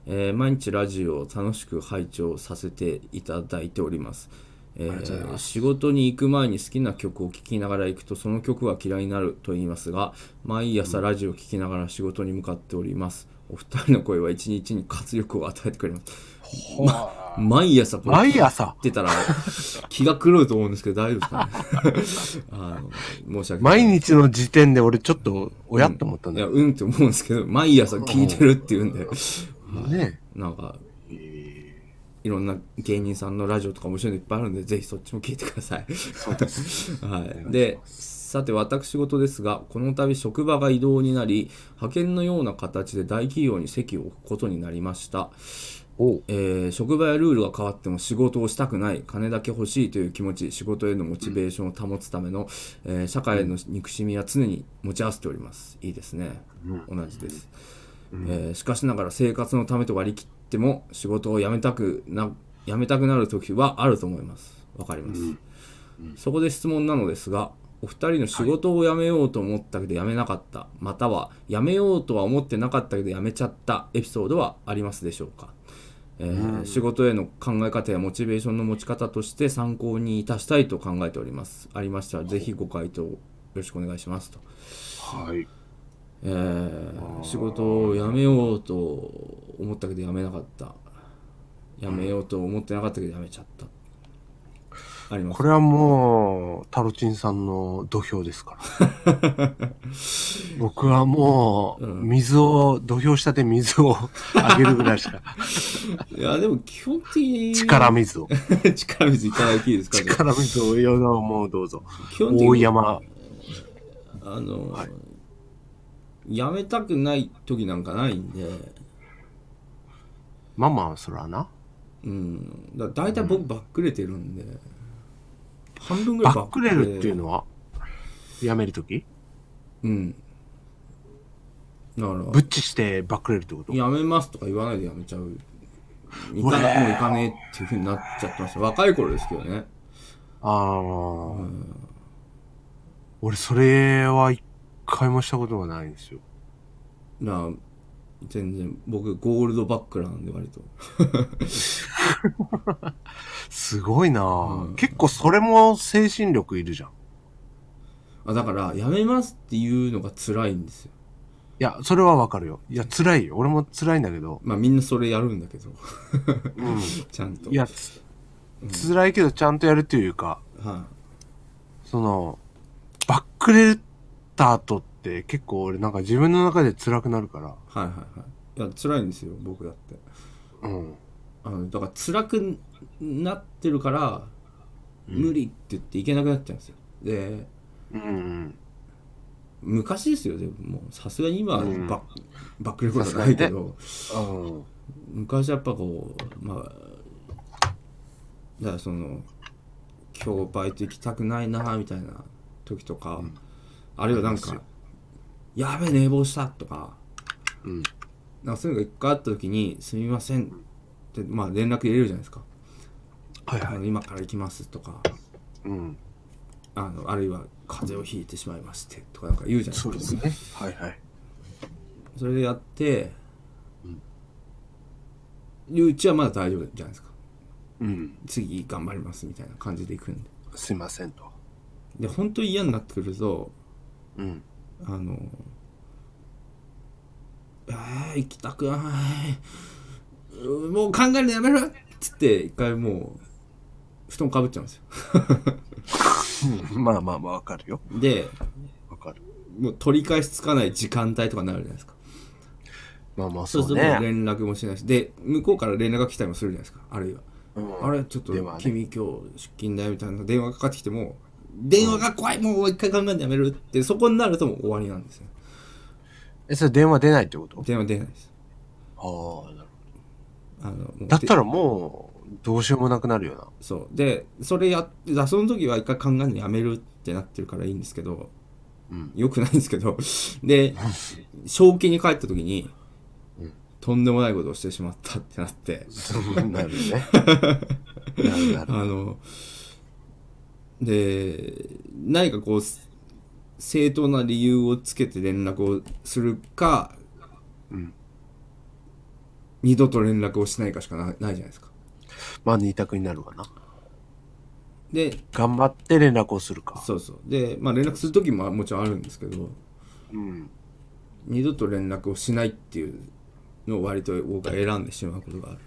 S2: えー毎日ラジオを楽しく拝聴させていただいております。え
S3: がとうござい
S2: ー
S3: ま
S2: 仕事に行く前に好きな曲を聴きながら行くとその曲が嫌いになると言いますが毎朝ラジオを聴きながら仕事に向かっておりますお二人の声は一日に活力を与えてくれます毎朝これ
S3: 毎朝
S2: ってたら 気が狂うと思うんですけど大丈夫ですかね あの申し訳ない
S3: 毎日の時点で俺ちょっと、おやって思ったん
S2: い
S3: だ
S2: や
S3: よ。
S2: うんって思うんですけど毎朝聞いてるっていうんで
S3: ね
S2: なんかいろんな芸人さんのラジオとか面白いのいっぱいあるんでぜひそっちも聞いてください
S3: そうで す。
S2: はい、でさて私事ですがこの度職場が異動になり派遣のような形で大企業に籍を置くことになりました、
S3: おう
S2: えー職場やルールが変わっても仕事をしたくない金だけ欲しいという気持ち仕事へのモチベーションを保つための、えー社会への憎しみは常に持ち合わせておりますいいですね、同じです、えーしかしながら生活のためと割り切っても仕事を辞めたくな辞めたくなる時はあると思いますわかります、そこで質問なのですがお二人の仕事を辞めようと思ったけど辞めなかった、または辞めようとは思ってなかったけど辞めちゃったエピソードはありますでしょうか、えー仕事への考え方やモチベーションの持ち方として参考にいたしたいと考えておりますありましたらぜひご回答よろしくお願いしますと
S3: はい。
S2: えー仕事を辞めようと思ったけど辞めなかった辞めようと思ってなかったけど辞めちゃった、あります
S3: これはもう、タロチンさんの土俵ですから。 僕はもう、水を、土俵下で水をあげるぐらいしか、
S2: いやでも基本的に
S3: 力水を、
S2: 力水いただいていいですかじゃあ
S3: 力水を、いろいろもうどうぞ。
S2: 基本的
S3: 大
S2: に
S3: 山、
S2: あの、辞めたくない時なんかないんで、
S3: ママはそらな。
S2: うん、だ大体僕ばっくれてるんで、半分ぐら
S3: バ
S2: いば
S3: ッ
S2: っく
S3: ク
S2: れ
S3: レるっていうのは、やめるとき
S2: うん。だから、
S3: ブッチしてバックレるってこと
S2: やめますとか言わないでやめちゃう。行
S3: う
S2: か
S3: わ
S2: なもう行かねえっていうふうになっちゃってました。若い頃ですけどね。
S3: ああ、俺それは一回もしたことがないんですよ。
S2: だから全然、僕、ゴールドバックなんで、割と。
S3: すごいな、結構それも精神力いるじゃん。い
S2: あだから、やめますっていうのが辛いんですよ。
S3: や、それはわかるよ。いや、辛いよ。俺も辛いんだ けど。
S2: まあ、みんなそれやるんだけど、 ちゃんと。
S3: いや、つ辛いけどちゃんとやるというか、
S2: は
S3: その、バックレた後って結構俺なんか自分の中で辛くなるから。
S2: い、はいはいはい。いや、辛いんですよ、僕だって。
S3: うん。
S2: あのだから、辛くなってるから、無理って言っていけなくなっちゃうんですよ。で、
S3: うんうん。
S2: 昔ですよ、でももう、さすがに今はバッ、
S3: ん
S2: バックレコードないけ
S3: さすが
S2: ど、
S3: うん。
S2: 昔やっぱこう、まあ、だからその、今日バイト行きたくないな、みたいな時とか、あるいはなんか、やべえ、寝坊したとか、
S3: うん。
S2: なんかそういうのが一回あった時に、すみませんって、まあ連絡入れるじゃないですか。
S3: はいは
S2: あ
S3: い。
S2: の今から行きますとか、
S3: うん。
S2: あの、あるいは風邪をひいてしまいましてとかなんか言うじゃないです
S3: そ
S2: か
S3: う。ですね。はいはい。
S2: それでやって、いううちはまだ大丈夫じゃないですか。
S3: うん。
S2: 次頑張りますみたいな感じで行くんで。
S3: すいませんと。
S2: で、本当に嫌になってくると、
S3: うん。
S2: あの、あー行きたくない。うもう考えるのやめろっつって、一回もう、布団かぶっちゃうんですよ。
S3: うんまあまあまあ、わかるよ。
S2: で、
S3: わかる。
S2: もう取り返しつかない時間帯とかになるじゃないですか。
S3: まあまあ、
S2: そ
S3: そう
S2: す
S3: う
S2: るともう
S3: ね。
S2: 連絡もしないし、で、向こうから連絡が来たりもするじゃないですか、あるいは。
S3: うん
S2: あれちょっと
S3: 電話ね
S2: 君今日出勤だよみたいな電話がかかってきても電話が怖いもう一回考えるのやめるってそこになるともう終わりなんですよ
S3: え、それ電話出ないってこと
S2: 電話出ないです
S3: ああ、なるほ
S2: あのもう
S3: どだった
S2: で
S3: らもう、どうしようもなくなるよな。
S2: そうでそれやってだその時は一回考えるのやめるってなってるからいいんですけど
S3: うん。
S2: よくないんですけど で正気に帰った時に、
S3: うん
S2: とんでもないことをしてしまったってなって
S3: そうなるね。 なるなる。
S2: あの、で、何かこう、正当な理由をつけて連絡をするか、
S3: うん
S2: 二度と連絡をしないかしかなないじゃないですか。
S3: まあ、二択になるわな。
S2: で、
S3: 頑張って連絡をするか。
S2: そうそう。で、まあ連絡する時ももちろんあるんですけど、
S3: うん。
S2: 二度と連絡をしないっていうのを割と僕は選んでしまうことがある。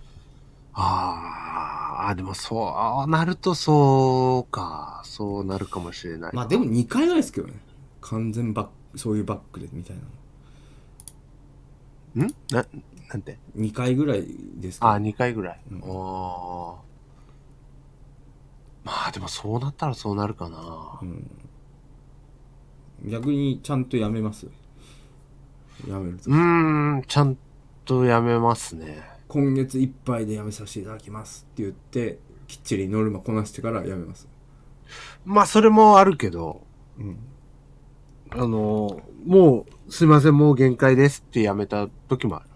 S3: ああ、でもそうなるとそうか。そうなるかもしれない。
S2: まあでも2回ぐらいですけどね。完全バック、そういうバックでみたいなの。
S3: んな、なんて
S2: 2回ぐらいですけど
S3: ああ、2回ぐらい。
S2: うん
S3: ああ。まあでもそうなったらそうなるかな
S2: う。ん、逆にちゃんとやめますやめると
S3: うーん、ちゃんとやめますね。
S2: 今月いっぱいでやめさせていただきますって言ってきっちりノルマこなしてからやめます、
S3: まあそれもあるけど、
S2: うん、
S3: あのー、もう、すいません、もう限界ですってやめた時もある。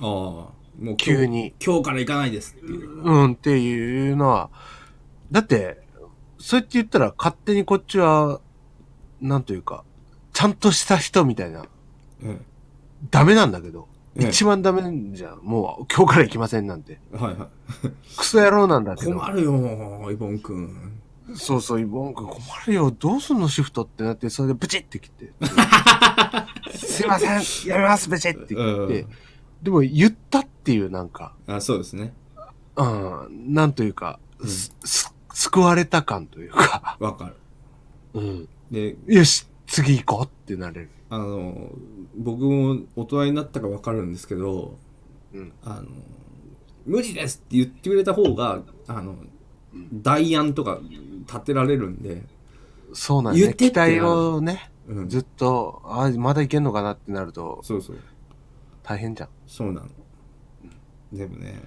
S2: ああもう今日
S3: 急に
S2: 今日から行かないですっていう
S3: うんっていうのは、だって、そうやって言ったら勝手にこっちは、なんというか、ちゃんとした人みたいな、
S2: え
S3: ダメなんだけど、
S2: ええ
S3: 一番ダメじゃん。もう今日から行きませんなんて。
S2: えはいは
S3: クソ野郎なんだ
S2: い
S3: けど
S2: 困。るよイボン君
S3: そうそう、イボン君困るよ。どうすんのシフトってなって、それでブチって 来て。すいません、やめます、ブチって言って。
S2: うん
S3: でも言ったっていうなんか、
S2: あそうですね
S3: うん、なんというか、
S2: うん
S3: すす救われた感というか、
S2: わかる
S3: うん、
S2: で
S3: よし、次行こうってなれる。
S2: あの僕も大人になったかわかるんですけど
S3: うん、
S2: あの無理ですって言ってくれた方があの代案とか立てられるんで、
S3: そうなんだ、
S2: 言
S3: ね。
S2: ってっ
S3: 期
S2: てなる
S3: 待をね、
S2: うん、
S3: ずっと、あまだいけんのかなってなると
S2: そうそう
S3: 大変じゃん。
S2: そうなのでもね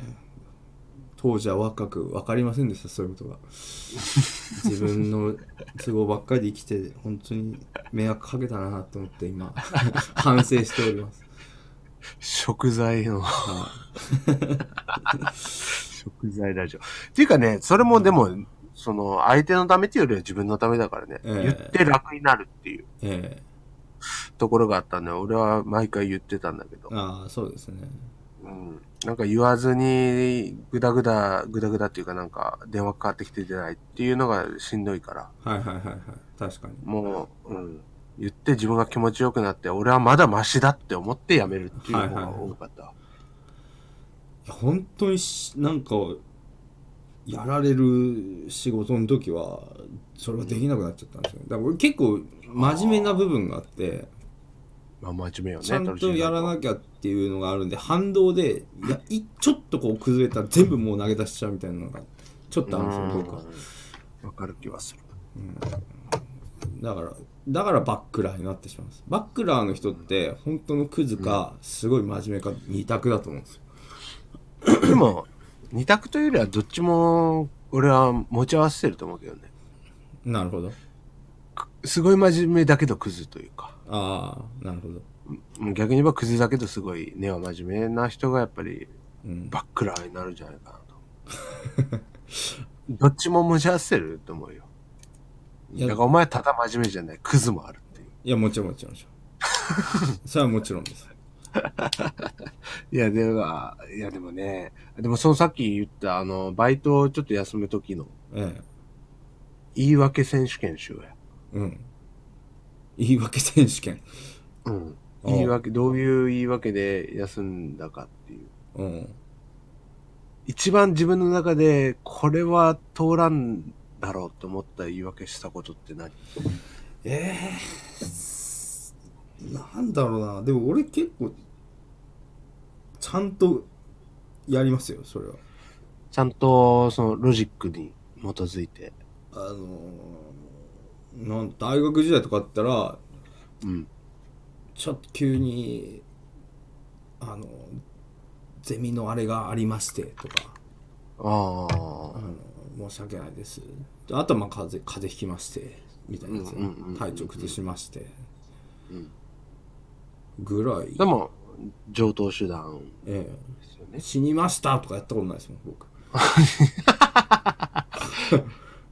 S2: 当時は若く分かりませんでしたそういうこと が自分の都合ばっかりで生きて本当に迷惑かけたなと思って今反省しており ます、
S3: 食材の、
S2: は
S3: 食材ラジオ。っていうかね、それもでも、その、相手のためっていうよりは自分のためだからね、
S2: ええ
S3: 言って楽になるっていう
S2: いええ
S3: ところがあったんで、俺は毎回言ってたんだけど、
S2: ああそうですね
S3: うん、なんか言わずに、ぐだぐだ、ぐだぐだっていうかなんか、電話かかってきて出ないっていうのがしんどいから、
S2: はいはいはいはい確かに
S3: もう、うん、言って自分が気持ちよくなって、俺はまだマシだって思ってやめるっていうのが多かった。
S2: いや本当にしなんかやられる仕事の時はそれはできなくなっちゃったんですよだから俺結構真面目な部分があって
S3: まあ真面目よね。
S2: ちゃんとやら
S3: い。
S2: なきゃっていうのがあるんで反動でいやいちょっとこう崩れたら全部もう投げ出しちゃうみたいなのがちょっとあるんですよ僕は
S3: わかる気はする。
S2: だからだからバックラーになってしまうんですバックラーの人って本当のクズかすごい真面目か二択だと思うんですよ
S3: でも、二択というよりはどっちも、俺は持ち合わせてると思うけどね。
S2: なるほど
S3: すごい真面目だけどクズというか、
S2: ああなるほど、
S3: うん逆に言えばクズだけどすごい根は真面目な人がやっぱり
S2: うん、
S3: バックラーになるんじゃないかなと。 どっちも持ち合わせると思うよ。
S2: いや
S3: だからお前ただ真面目じゃない、クズもあるっていう。
S2: いやもちろんもちろんも ちろんそれはもちろんです
S3: いや、では、いやでもね、でもそのさっき言ったあの、バイトをちょっと休む時の
S2: ええ
S3: 言い訳選手権しようや。
S2: うん言い訳選手権
S3: うん。
S2: ああ
S3: 言い訳、どういう言い訳で休んだかっていう。
S2: うん
S3: 一番自分の中で、これは通らんだろうと思った言い訳したことって何
S2: ええなんだろうなでも俺結構ちゃんとやりますよそれは
S3: ちゃんと、そのロジックに基づいて。
S2: あのーなん大学時代とかあったら
S3: うん。
S2: ちょっと急にあのゼミのあれがありましてとか
S3: あ
S2: あ
S3: あ。
S2: の申し訳ないですあとはまあ風邪風邪ひきましてみたいなやつ、
S3: うんうんうんうん
S2: 体調崩しまして、
S3: うん
S2: ぐらい
S3: でも、上等手段
S2: え
S3: ですよ
S2: え
S3: ね。
S2: 死にましたとかやったことないですもん僕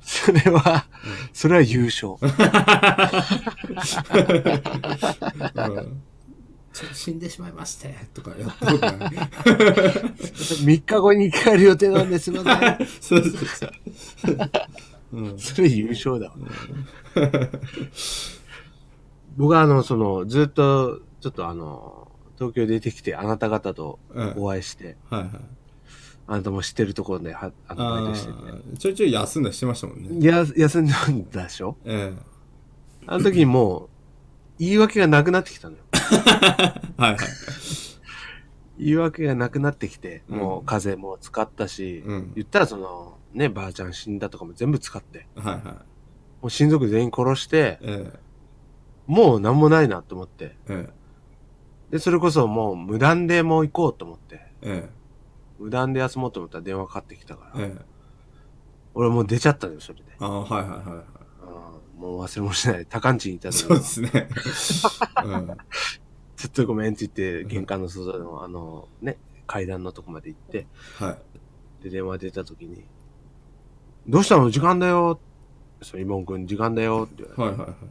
S3: それは、それは優勝。
S2: うんちょっと死んでしまいましてとかやったことない
S3: 3日後に帰る予定なんですいません。
S2: そうそうそううん
S3: それ優勝だわ。 僕はあの、その、ずっと、ちょっとあの、東京出てきて、あなた方と
S2: うん
S3: お会いして、
S2: はいはい
S3: あなたも知ってるところでは、あの、
S2: あ
S3: バイトしてて。
S2: ーちょいちょい休んだりしてましたもんね
S3: や、休んだんだでしょ
S2: え
S3: あの時にもう、言い訳がなくなってきたのよ。
S2: えはいはい
S3: 言い訳がなくなってきて、
S2: うん
S3: もう風邪も使ったし、
S2: うん
S3: 言ったらその、ね、ばあちゃん死んだとかも全部使って、
S2: はいはい
S3: もう親族全員殺して、
S2: ええ
S3: もう何もないなと思って。
S2: え
S3: で、それこそもう無断でもう行こうと思って。
S2: ええ
S3: 無断で休もうと思ったら電話かかってきたか
S2: え
S3: ら。
S2: ええ
S3: 俺もう出ちゃったのよ、それで。
S2: ああはいはいはいはい
S3: うんもう忘れもしない。高んちにいたの
S2: そう
S3: よ
S2: で。すねうん
S3: ちょっとごめんって言って、玄関の外の、あの、ね、階段のとこまで行って、
S2: はい
S3: で、電話出た時に、どうしたの時間だよ。そう、イモン君時間だよって言われて。
S2: はいはいはい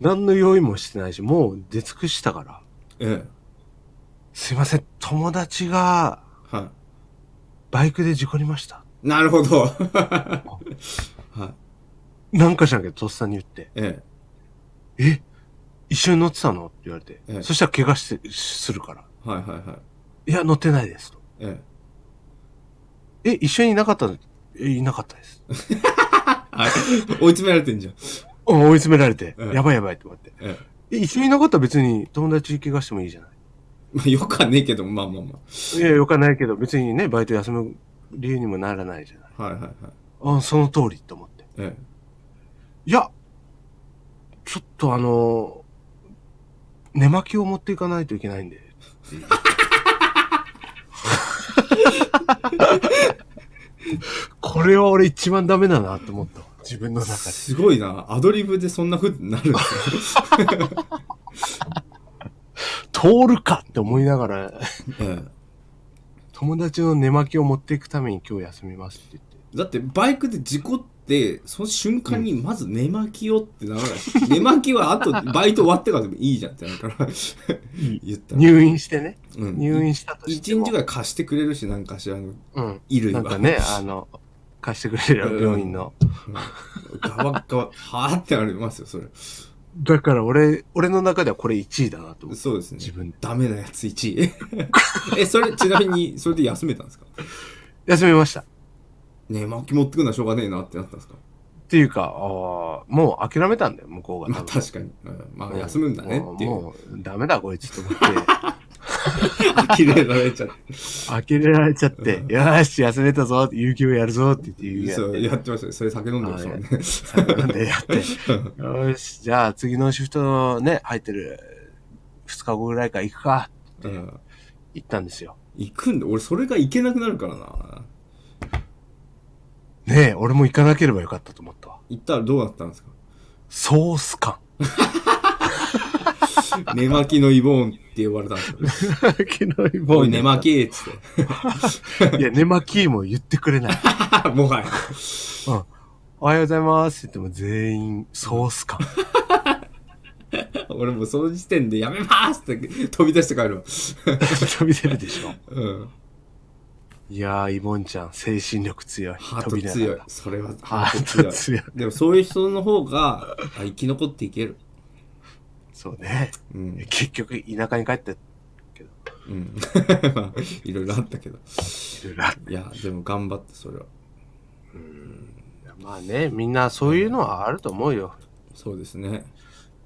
S3: 何の用意もしてないし、もう出尽くしたから。
S2: ええ
S3: すいません、友達が
S2: は
S3: バイクで事故りました。
S2: いなるほど はい
S3: なんかしなきゃとっさに言って。
S2: ええ
S3: え一緒に乗ってたのって言われて。
S2: ええ
S3: そしたら怪我して、するから。
S2: はいはいはい
S3: いや、乗ってないですと。
S2: ええ
S3: え、一緒にいなかったのえ、いなかったです。
S2: はい。 追い詰められてんじゃん。
S3: お追い詰められて、
S2: ええ
S3: やばいやばいって思って。
S2: ええ
S3: え、一緒にいなかったら別に友達怪我してもいいじゃない。
S2: まあ、よくはねえけど、まあまあま
S3: いや、よかないけど、別にね、バイト休む理由にもならないじゃない。
S2: あ。はいはいはい。
S3: あ、その通りと思って。
S2: え
S3: いや、ちょっとあの寝巻きを持っていかないといけないんで。これは俺一番ダメだなと思ったわ。自分の
S2: え。
S3: 中で。
S2: すごいな。アドリブでそんな風になるんです
S3: 通るかって思いながら、
S2: ね え
S3: 友達の寝巻きを持っていくために今日休みますって言って。
S2: え。だって、バイクで事故って、その瞬間にまず寝巻きをってならない。寝巻きは 後、バイト終わってからでもいいじゃんってなるから。 言ったら。
S3: 入院してね。
S2: うん
S3: 入院したとして
S2: 一
S3: も。
S2: 日ぐらい貸してくれるし、なんかしらの
S3: うん。
S2: 衣類
S3: な
S2: は。
S3: んかね、あの、貸してくれるよ、病院の。
S2: うん。ガバッガバ、はーってなりますよ、それ。
S3: だから俺、俺の中ではこれ1位だなと思って。
S2: そうですね。
S3: 自分で
S2: ダメなやつ1位。え、それ、ちなみに、それで休めたんですか
S3: 休みました。っ
S2: ね巻き持ってくのはしょうがねえなってなったんですか
S3: ていうか、あーもう諦めたんだよ、向こうが。
S2: まあ確かに。うんまあ休むんだねってい
S3: もう
S2: う。
S3: もうダメだ、こいつと思って。
S2: 呆れられちゃって。
S3: 呆れられちゃって、よーし、休めたぞ、有給をやるぞって言って、有給
S2: そう、
S3: や
S2: や
S3: っ
S2: ってましたね。それ酒飲んでましたもんね。
S3: て。なんでやって。よーし、じゃあ次のシフトのね、入ってる2日後ぐらいから行くか、
S2: うん
S3: 行ったんですよ。
S2: 行くんだ。俺、それが行けなくなるからな。
S3: ねえ、俺も行かなければよかったと思ったわ。
S2: 行ったらどうなったんですか
S3: ソー ス感。
S2: 寝巻きのイボーンって呼ばれたんです よ。
S3: 昨日も
S2: お
S3: う
S2: い、寝巻きっつ って。
S3: き。いや、寝巻きも言ってくれない。
S2: もはや。
S3: うん。おはようございますって言っても全員ソース感。
S2: 俺もうその時点でやめますって飛び出して帰るわ。
S3: 飛び出るでしょ。
S2: うん。
S3: いやー、イボンちゃん、精神力強い。
S2: ハー
S3: 飛
S2: ト
S3: び出なが
S2: 強い
S3: ら。。
S2: それは
S3: ハ
S2: ハー
S3: ー
S2: ト
S3: ト
S2: 強
S3: 強
S2: い
S3: い。
S2: でもそういう人の方があ生き残っていける。
S3: そうね。
S2: うん。
S3: 結局、田舎に帰って、
S2: うん。 まあ、いろいろあったけど。
S3: いろいろある
S2: いや、でも頑張って、それは。
S3: まあね、みんなそういうのはあると思うよ。
S2: そうですね。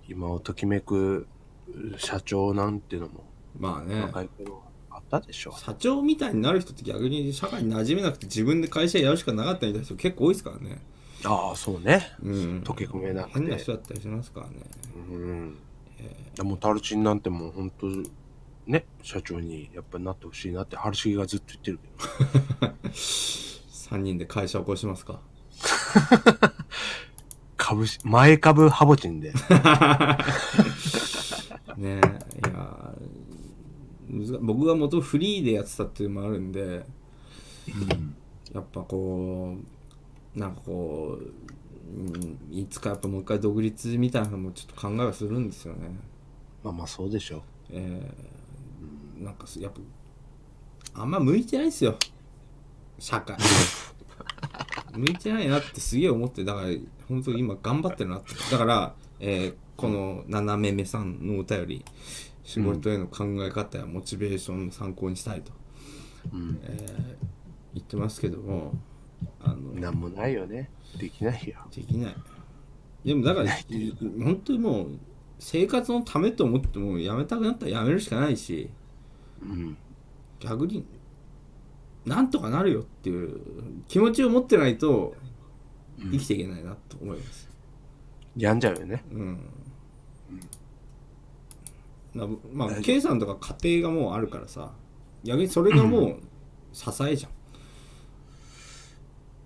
S3: 今をときめく社長なんてのも、
S2: まあね。
S3: 若い頃あったでしょ。
S2: 社長みたいになる人って逆に社会に馴染めなくて自分で会社やるしかなかったみたいな人結構多いですからね。
S3: ああ、そうね。
S2: うん。
S3: 溶け込めなくて
S2: 変な人だったりしますからね。
S3: うん。もうタルチンなんてもう本当ね、社長にやっぱりなってほしいなって、春重がずっと言ってるけど。
S2: 3人で会社起こしますか。
S3: 株式、前株ハボチンで。
S2: ねえ、いやー、難僕が元フリーでやってたっていうのもあるんで、やっぱこう、なんかこう、うんいつかやっぱもう一回独立みたいなのもちょっと考えはするんですよね。
S3: まあまあそうでしょ。
S2: えー、なんかすやっぱ、あんま向いてないですよ、社会。向いてないなってすげえ思ってだから本当に今頑張ってるなってだから、えーこの斜め目さんのお便り仕事への考え方やモチベーションの参考にしたいと、
S3: うん。
S2: 言ってますけどもあの
S3: なんもないよね。できないよ。
S2: できないでもだからい本当にもう生活のためと思ってもやめたくなったらやめるしかないし
S3: うん。
S2: 逆になんとかなるよっていう気持ちを持ってないと生きていけないなと思います、
S3: 病んじゃうよね。
S2: うんなまあ K さんとか家庭がもうあるからさ逆にそれがもう支えじ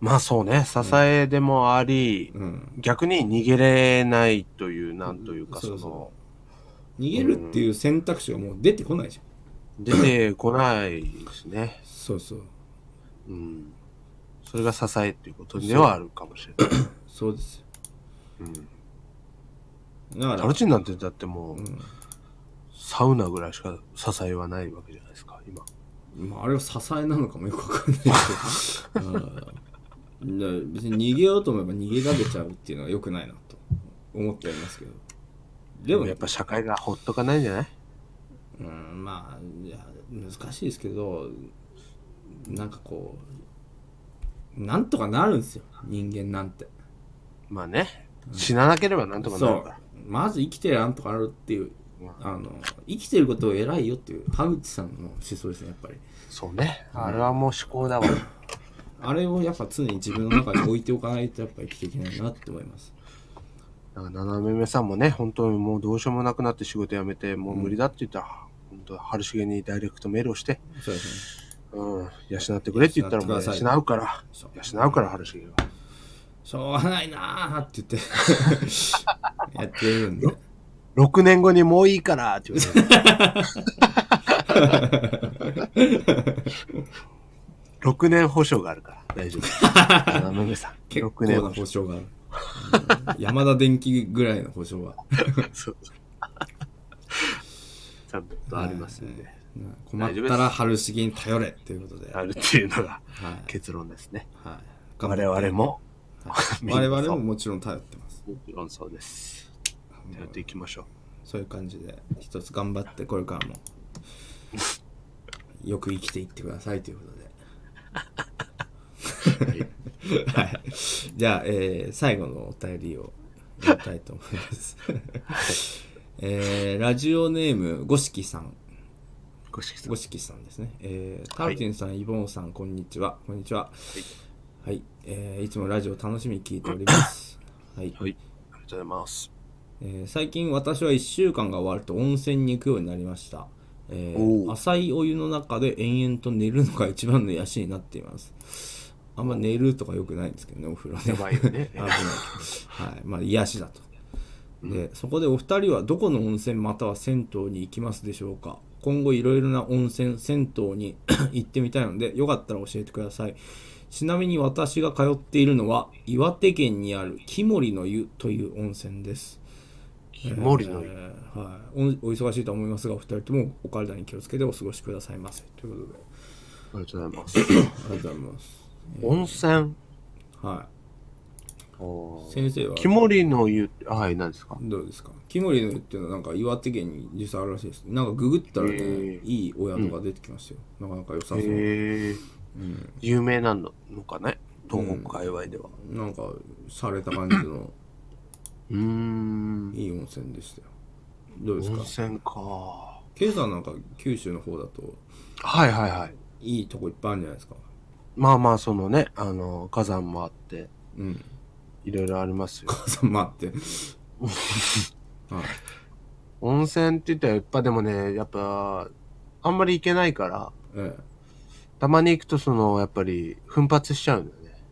S3: まあそうね。支えでもあり
S2: ゃん、、うん、
S3: 逆に逃げれないという、なんというか、
S2: そ
S3: そう
S2: そう
S3: の、
S2: 逃げるっていう選択肢がもう出てこないじゃん
S3: 出てこないですね。
S2: そうそう
S3: うん。それが支えっていうことではあるかもしれない。
S2: そうですよ
S3: うん。
S2: だか
S3: タ
S2: ら
S3: ルチンなんてだってもう、
S2: ん
S3: サウナぐらいしか支えはないわけじゃないですか、今。
S2: まあ、あれは支えなのかもよくわかんないけどうんだから別に逃げようと思えば逃げられちゃうっていうのは良くないなと思っておりますけどで
S3: で
S2: も
S3: もやっぱ社会がほっとかないんじゃない
S2: うんまあいや難しいですけどなんかこうなんとかなるんですよ人間なんて
S3: まあね、死ななければなんとか
S2: そ
S3: なる
S2: う
S3: から。
S2: まず生きてりゃなんとかなるっていうあの生きてることを偉いよっていう田口さんの思想ですねやっぱり
S3: そうね。あれはもう思考だわ。
S2: あれをやっぱ常に自分の中に置いておかないとやっぱ生きていけないなって思います
S3: なんか斜め目さんもね、本当にもうどうしようもなくなって仕事辞めて、もう無理だって言ったら、本当春重にダイレクトメールをして、
S2: そうですね
S3: うん、養ってくれって言ったらも
S2: 養っ
S3: う
S2: てください
S3: 養うから、
S2: そう
S3: 養うから春重は。
S2: しょうがないなーって言ってやってるんで
S3: 6年後にもういいからって言われる。6年保証があるから大丈夫。斜めさん。
S2: 結構
S3: 6年
S2: な
S3: 保証。
S2: 保証があるうん山田電機ぐらいの保証は
S3: そうちゃんとありますんで。
S2: うん困ったら春重に頼れっていうことで、
S3: あるっていうのが
S2: はい
S3: 結論ですね。
S2: はい、頑
S3: 我
S2: 張っ
S3: 々 も、
S2: て我々ももちろん頼ってます
S3: もちろんそうです。やっていきましょう。
S2: そういう感じで一つ頑張ってこれからもよく生きていってくださいということではい、じゃあ、えー最後のお便りをやりたいと思います、 えーラジオネーム五色さん
S3: ご指揮さん
S2: 五色さんですね。えー、タルティンさん、イボンさん、こんにちは。こんにちは。はい。えーいつもラジオ楽しみに聞いております。はい。
S3: はい。ありがとうございます。
S2: えー最近私は1週間が終わると温泉に行くようになりました。えー
S3: おう
S2: 浅いお湯の中で延々と寝るのが一番の癒しになっています。 あんま寝るとか良くないんですけどね、お風呂ね。
S3: やばいよね
S2: 危ないけどはい。まあ、癒しだと。でそこでお二人はどこの温泉または銭湯に行きますでしょうか今後いろいろな温泉銭湯に 行ってみたいのでよかったら教えてくださいちなみに私が通っているのは岩手県にある木森の湯という温泉です
S3: 木森の湯
S2: えーはい、おお忙しいとは思いますがお二人ともお体に気をつけてお過ごしくださいませということで
S3: ありがとうございます。
S2: ありがとうございます
S3: 温泉。
S2: は
S3: お
S2: い
S3: ー
S2: 先生は
S3: 木森の湯って、はい、何ですか
S2: どうですか木森の湯っていうのはなんか岩手県に実際あるらしいですなんかググったらね、
S3: へー
S2: いいお宿が出てきましたよ、なかなか良さそう、
S3: へえ。
S2: うん
S3: 有名なのかね東北界隈では。
S2: なんかされた感じの
S3: うーん。
S2: いい温泉でしたよどうです
S3: 温
S2: か
S3: 泉か。は
S2: K さんなんか九州の方だと
S3: いはいはい。
S2: いいとこいっぱいあるんじゃないですか
S3: まあまあ、そのね、あの、火山もあって、
S2: うん
S3: いろいろありますよ。
S2: 母さん待ってはい
S3: 温泉って言ったら、やっぱでもね、やっぱ、あんまり行けないから、
S2: え
S3: たまに行くとその、やっぱり、奮発しちゃうんだよね。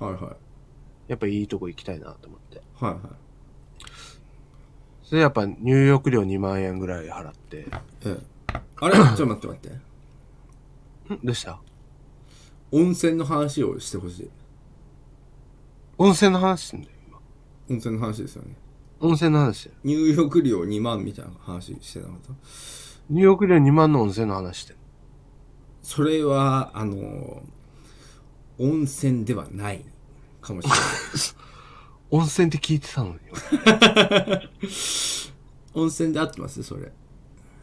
S2: えはいはい
S3: やっぱいいとこ行きたいなと思って。
S2: はいはい
S3: それやっぱ入浴料2万円ぐらい払って。
S2: ええあれちょっと待って待って
S3: んどうした
S2: 温泉の話をしてほしい
S3: 温泉の話すんだよ、今。
S2: 温泉の話ですよね
S3: 温泉の話だよ。
S2: 入浴料2万みたいな話してなかった
S3: 入浴料2万の温泉の話してる。
S2: それはあの温泉ではないかもしれない
S3: 温泉って聞いてたのに。
S2: 温泉で合ってますそれ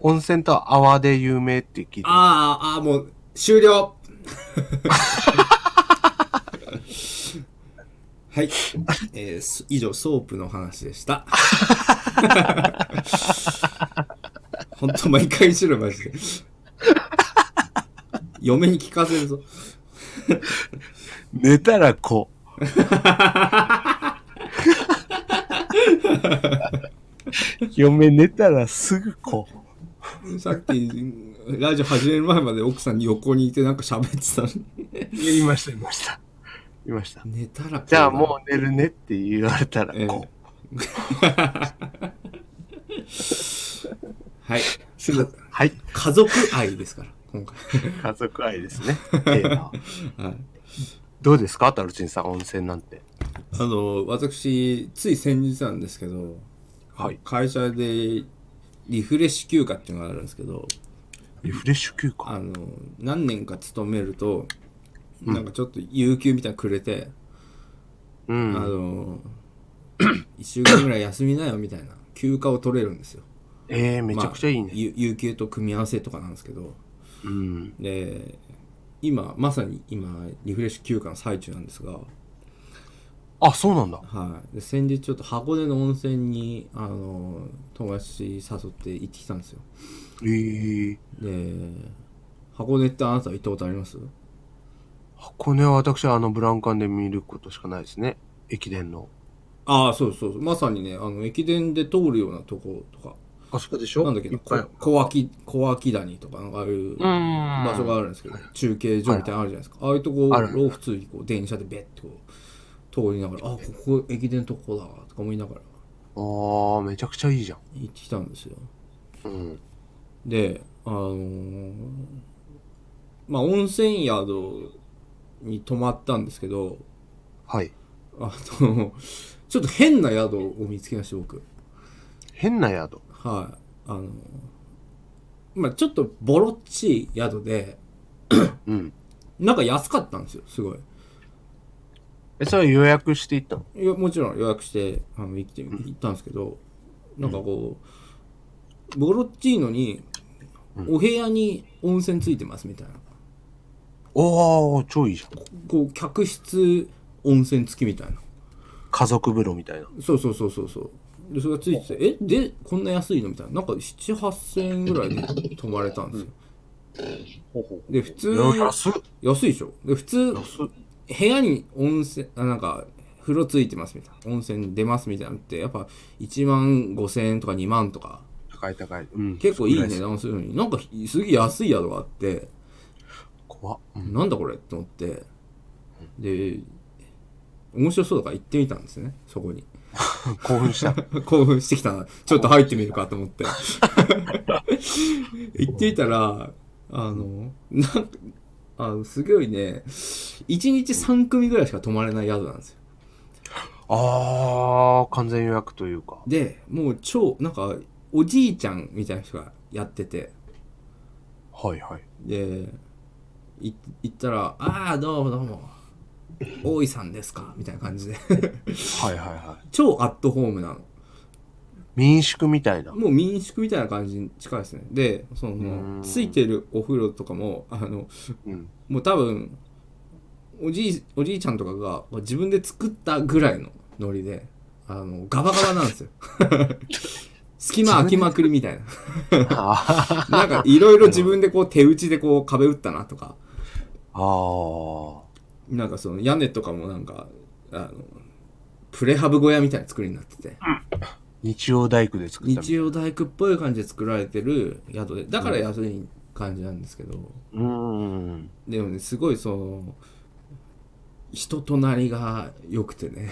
S3: 温泉と泡で有名って聞いてた。
S2: あーあーもう終了 はい、えーそ以上ソープの話でした 本当毎回しろマジで嫁に聞かせるぞ
S3: 寝たら子。嫁寝たらすぐ子。
S2: さっきラジオ始める前まで奥さんに横にいてなんか喋ってたのに
S3: いました、いました。いました。
S2: 寝たら
S3: じゃあもう寝るねって言われたら子。
S2: うはい
S3: すぐ。はい。
S2: 家族愛ですから今回
S3: 家族愛ですね。テーマは
S2: はい
S3: どうですかタルチンさん、温泉なんて。
S2: あの私つい先日なんですけど、
S3: はい
S2: 会社でリフレッシュ休暇っていうのがあるんですけど
S3: リフレッシュ休
S2: あ
S3: 暇。
S2: の何年か勤めるとなんかちょっと有給みたいなのくれて、
S3: う
S2: あ
S3: ん。
S2: の 1週間ぐらい休みなよみたいな休暇を取れるんですよ
S3: ええめちゃくちゃいい
S2: まあ
S3: ね。
S2: 有有給と組み合わせとかなんですけど
S3: うん。
S2: で今まさに今リフレッシュ休暇の最中なんですが、
S3: あ、そうなんだ。
S2: はい、で先日ちょっと箱根の温泉にあの友達誘って行ってきたんですよ
S3: ええ
S2: で箱根ってあなたは行ったことあります
S3: 箱根は私はあのブラウン管で見ることしかないですね。駅伝の。
S2: ああそうそうそうまさにねあの駅伝で通るようなとことか
S3: あそこでし
S2: なんだっけ
S3: い
S2: ど
S3: っぱい。う
S2: 小脇小脇谷とかなんかああいう
S3: ー
S2: 場
S3: ん。
S2: 所があるんですけど、中継所みたいなのあるじゃないですか、ああいうと
S3: あるあ
S2: こ
S3: る
S2: を普通にこう電車でベッてこう通りながらあここ駅伝のとこだとか思いながら
S3: ああ、めちゃくちゃいいじゃん。
S2: 行ってきたんですよ
S3: うん。
S2: であのーまあ温泉宿に泊まったんですけど
S3: はい。
S2: あの ちょっと変な宿を見つけまして僕
S3: 変な宿。
S2: はいあのーまあちょっとボロっちい宿で
S3: うん。
S2: なんか安かったんですよすごい
S3: え、それは予約していったの
S2: いやもちろん予約してあの行って行ったんですけどなんかこうボロっちいのにお部屋に温泉ついてますみたいな
S3: おー、超いいじゃん。
S2: こう客室温泉付きみたいな
S3: 家族風呂みたいな。
S2: そうそうそうそうそうでそれがついててえでこんな安いのみたいななんか78000円ぐらいで泊まれたんですよで普通
S3: いや安っ
S2: 安いでしょで普通部屋に温泉あなんか風呂ついてますみたいな温泉出ますみたいなのってやっぱ1万5000円とか2万とか
S3: 高い高い。うん。
S2: 結構いい
S3: そ
S2: 値
S3: んぐら
S2: 段するのになんかすげえ安い宿があって
S3: です。怖っ。うん。
S2: なんだこれって思ってで面白そうだから行ってみたんですねそこに
S3: 興奮した。
S2: 興奮してきたな。ちょっと入ってみるかと思って。行ってみたら、あの、なんか、あの、すごいね、1日3組ぐらいしか泊まれない宿なんですよ。
S3: ああ、完全予約というか。
S2: で、もう超、なんか、おじいちゃんみたいな人がやってて、
S3: はいはい。
S2: で、い行ったら、ああ、どうもどうも、大井さんですかみたいな感じで。
S3: はいはいはい。
S2: 超アットホームなの。
S3: 民宿みたいな。
S2: もう民宿みたいな感じに近いですね。で、その、
S3: ん
S2: ついてるお風呂とかも、あの、
S3: うん。
S2: もう多分、おじい、おじいちゃんとかが自分で作ったぐらいのノリで、あの、ガバガバなんですよ。 隙間空きまくりみたい
S3: あ
S2: な。なんか、いろいろ自分でこう、手打ちでこう、壁打ったなとか、
S3: あー。
S2: なんかその、屋根とかもなんか、あの、プレハブ小屋みたいな作りになってて。
S3: 日曜大工で作ったみたい
S2: 日曜大工っぽい感じで作られてる宿でだから安い感じなんですけど、
S3: うーん。
S2: でもねすごいその人となりが良くてね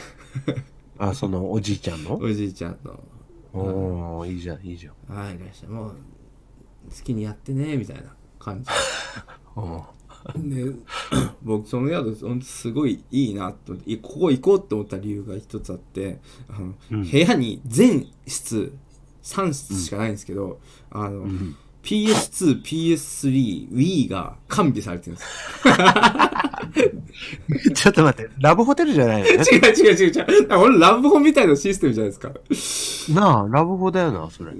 S3: あ、そのおじいちゃんの
S2: おじいちゃんの
S3: おおいいじゃん、いいじゃん。
S2: 「ああいらっしゃいもう好きにやってね」みたいな 感じ
S3: うん。
S2: で 僕その宿ほんとすごいいいなと思っていここ行こうと思った理由が一つあってあの、
S3: うん
S2: 部屋に全室3室しかないんですけど、あの、PS2、PS3、Wii が完備されてるんですよ。。
S3: ちょっと待って、ラブホテルじゃない よね
S2: 違う違う違う違う。俺ラブホみたいなシステムじゃないですか。
S3: なあ、ラブホだよな、それ。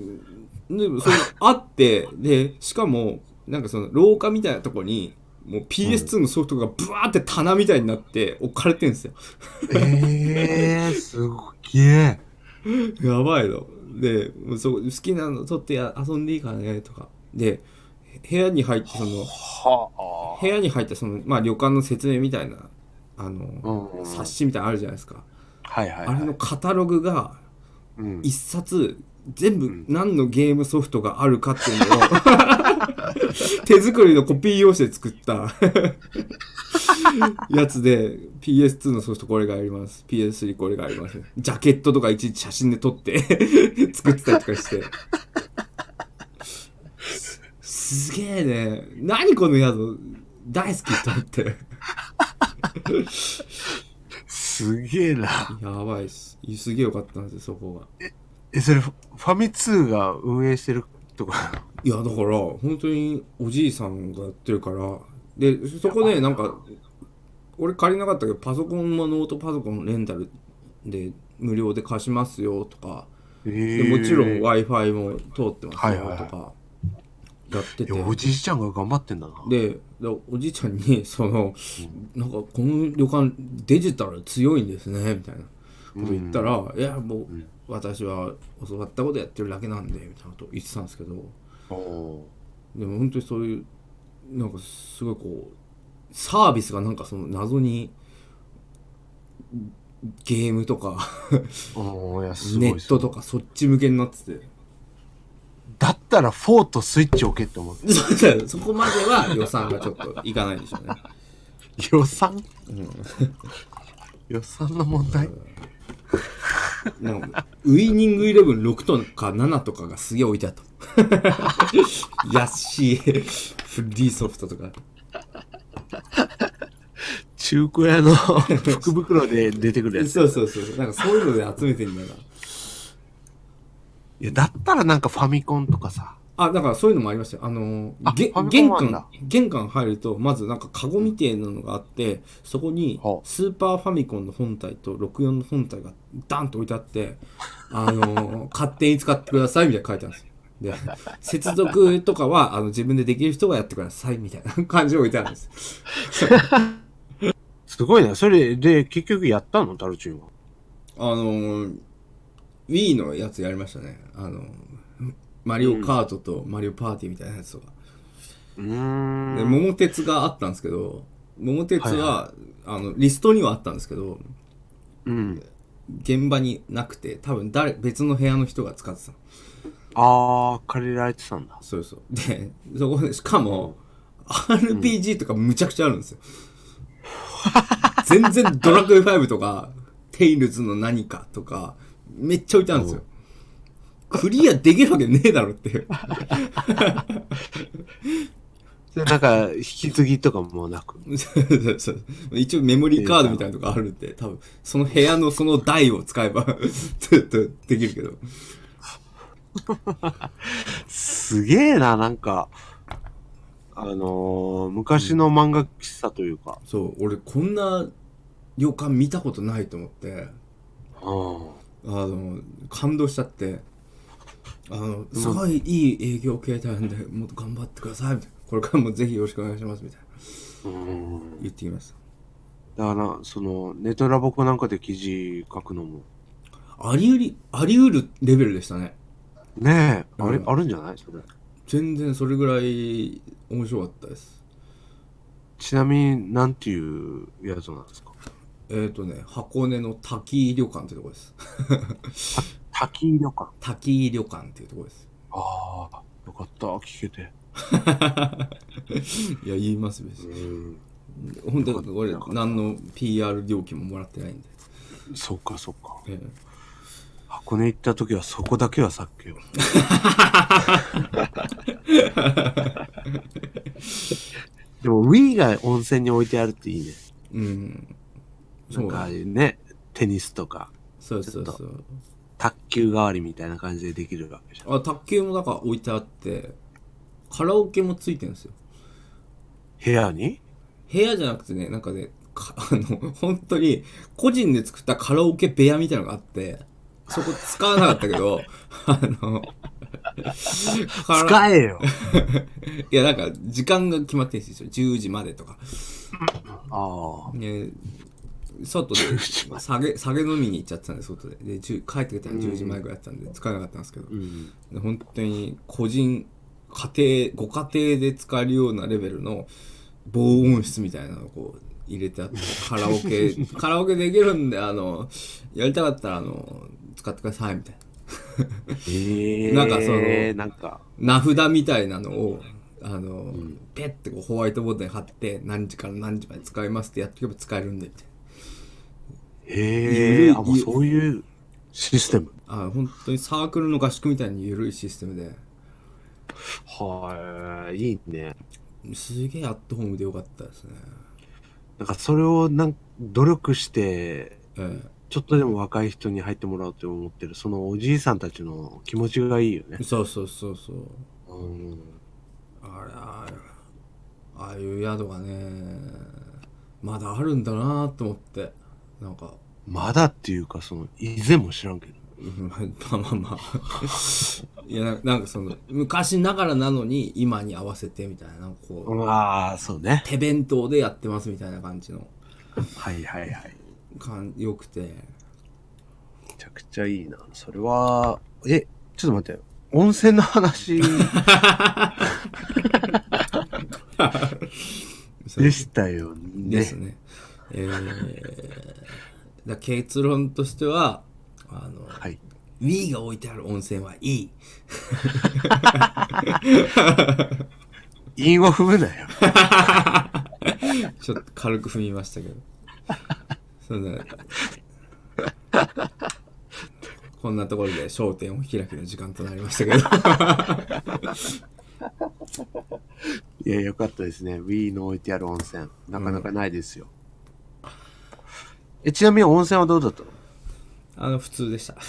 S2: でもそれ あって、で、しかも、なんかその廊下みたいなとこに、もう PS2 のソフトがブワーって棚みたいになって置かれてるんですよ。
S3: ええー、すごい。え。
S2: やばいの。で、もうそこ好きなの取ってや遊んでいいからね、とか。で、部屋に入って、その、
S3: は
S2: 部屋に入って、その、まあ旅館の説明みたいな、あの、
S3: あ。んうん
S2: 冊子みたいなのあるじゃないですか。
S3: はいはい、
S2: あ
S3: はい。
S2: れのカタログが、
S3: うん
S2: 一冊全部何のゲームソフトがあるかっていうのを 手作りのコピー用紙で作った やつで PS2 のソフトこれがあります PS3 これがありますジャケットとかいちいち写真で撮って 作ってたりとかしてすすげえね何この宿大好きと思って
S3: すげえな。
S2: やばいっすすげえよかったんですよそこが
S3: え、それ、フファミ通が運営してる とか。
S2: いやだから本当におじいさんがやってるからでそこでなんか俺借りなかったけどパソコンもノートパソコンレンタルで無料で貸しますよとかで
S3: え
S2: もちろん w
S3: わ
S2: i f i も通ってますよ
S3: はいはいは
S2: と
S3: い
S2: かやってて、
S3: おじいちゃんが頑張ってんだな。
S2: ででおじいちゃんにそのなんかこの旅館デジタル強いんですねみたいなこと言ったら、いやもう私は教わったことやってるだけなんでみたいなこと言ってたんですけど。
S3: おお
S2: でも本当にそういうなんかすごいこうサービスがなんかその謎にゲームとか
S3: ー。おーいや、すごい
S2: ネ
S3: っ
S2: ッ
S3: すね
S2: トとかそっち向けになってて
S3: だったら、フォーとスイッチ置けって思って。
S2: そうだよそこまでは予算がちょっといかないでしょうね
S3: 予算、予算の問題
S2: なんかウイニングイレブン6とか7とかがすげえ置いてあった安いフリーソフトとか
S3: 中古屋 の福袋で出てくるやつ。
S2: そうそうそうなんかそういうので集めてんだない
S3: や、だったらなんかファミコンとかさ。
S2: あ、だからそういうのもありましたよ。あのー
S3: あ
S2: げ
S3: ファミコン
S2: 玄
S3: もあん
S2: 関
S3: だ、
S2: 玄関入ると、まずなんかカゴみてえなのがあって、そこに
S3: はあ
S2: スーパーファミコンの本体と64の本体がダンと置いてあって、あのー 勝手に使ってくださいみたいな書いてあるんですよ。で、 接続とかはあの自分でできる人がやってくださいみたいな感じで置いてあるんです。
S3: すごいね。それで、結局やったのタルチンは。
S2: あのー、Wii のやつやりましたね。あのーマリオカートとマリオパーティーみたいなやつとか。
S3: うーん。
S2: で桃鉄があったんですけど桃鉄は、あのリストにはあったんですけど
S3: うん。
S2: 現場になくて多分誰別の部屋の人が使ってたの
S3: あー、借りられて たんだ。
S2: そうそうでそこでしかも RPG とかむちゃくちゃあるんですよ、全然ドラクエ5とかテイルズの何かとかめっちゃ置いてあるんですよ。クリアできるわけねえだろっていう。
S3: それなんか、引き継ぎとかもなく。
S2: そうそうそう一応メモリーカードみたいなのがあるんで、多分、その部屋のその台を使えば、 ずっとできるけど。
S3: すげえな、なんか、あのー昔の漫画喫茶というか。
S2: そう、俺こんな旅館見たことないと思って、
S3: うん。
S2: あの、感動しちゃって、あの、すごいいい営業形態なんで、もっと頑張ってください、みたいな。これからもぜひよろしくお願いします、みたいな。
S3: うん
S2: 言ってきました。
S3: だから、その、ネトラボコなんかで記事書くのも。
S2: ありうり、ありうるレベルでしたね。
S3: ねえ、あれ、
S2: うん
S3: あるんじゃないそれ。
S2: 全然それぐらい面白かったです。
S3: ちなみに、なんていうやつなんですか
S2: えっ、ー、とね、箱根の滝旅館ってとこです。
S3: 滝旅館。
S2: 滝旅館っていうところです。
S3: ああ、よかった、聞けて。
S2: いや、言いますべし。
S3: うん。
S2: 本当に俺、何の PR 料金ももらってないんで。
S3: そっか、そっか。
S2: ええ
S3: 箱根行った時はそこだけは避けよう。 でも Wii が温泉に置いてあるっていいね。
S2: うん。
S3: な
S2: そ
S3: ん
S2: う
S3: かね、テニスとか、
S2: そうそう
S3: ちょっ
S2: そう。
S3: 卓球代わりみたいな感じでできるわけじゃん。
S2: あ、卓球もなんか置いてあって、カラオケもついてるんですよ。
S3: 部屋に
S2: 部屋じゃなくてね、なんかね、かあの、本当に、個人で作ったカラオケ部屋みたいなのがあって、そこ使わなかったけ ど、あの、カラ
S3: 使え よ
S2: いや、なんか、時間が決まってるんですよ。10時までとか。
S3: ああ。
S2: ね、外で下げ下げ飲みに行っちゃってたんで外でで10帰ってきたら10時前ぐらいだったんで使えなかったんですけど
S3: うん。
S2: で本当に個人家庭ご家庭で使えるようなレベルの防音室みたいなのをこう入れて あってカラオケカラオケできるんであのやりたかったらあの使ってくださいみたい
S3: ええ
S2: なんかその
S3: なんか、
S2: な名札みたいなのをあの、ペッてこうホワイトボードに貼って何時から何時まで使いますってやっておけば使えるんでみたいな。
S3: ええ
S2: ゆるい
S3: あ、もうそういうシステム。
S2: あ本当にサークルの合宿みたいに緩いシステムで
S3: はい、いいね。
S2: すげえアットホームでよかったですね、
S3: なんかそれをなん努力して
S2: ええ
S3: ちょっとでも若い人に入ってもらおうと思ってる、そのおじいさんたちの気持ちがいいよね。
S2: そうそうそうそう
S3: うん。
S2: あれあれああいう宿がねまだあるんだなと思ってなんか
S3: まだっていうか、その、以前も知らんけど。
S2: うんまあまあまあいやななんかその昔ながらなのに今に合わせてみたいななんかこう、
S3: ああ、そうね。
S2: 手弁当でやってますみたいな感じの
S3: はいはいはい。
S2: 感よくて
S3: めちゃくちゃいいな。それは、え、ちょっと待って。温泉の 話でしたよね。
S2: ですね。えー、だ結論としては、あの、
S3: はい。
S2: Wii が置いてある温泉はいい。
S3: 韻を踏むなよ。
S2: ちょっと軽く踏みましたけど。そうだねこんなところで焦点を開きの時間となりましたけど。
S3: いや、よかったですね。Wii の置いてある温泉。なかなかないですよ。え、ちなみに温泉はどうだったの
S2: あの、普通でした。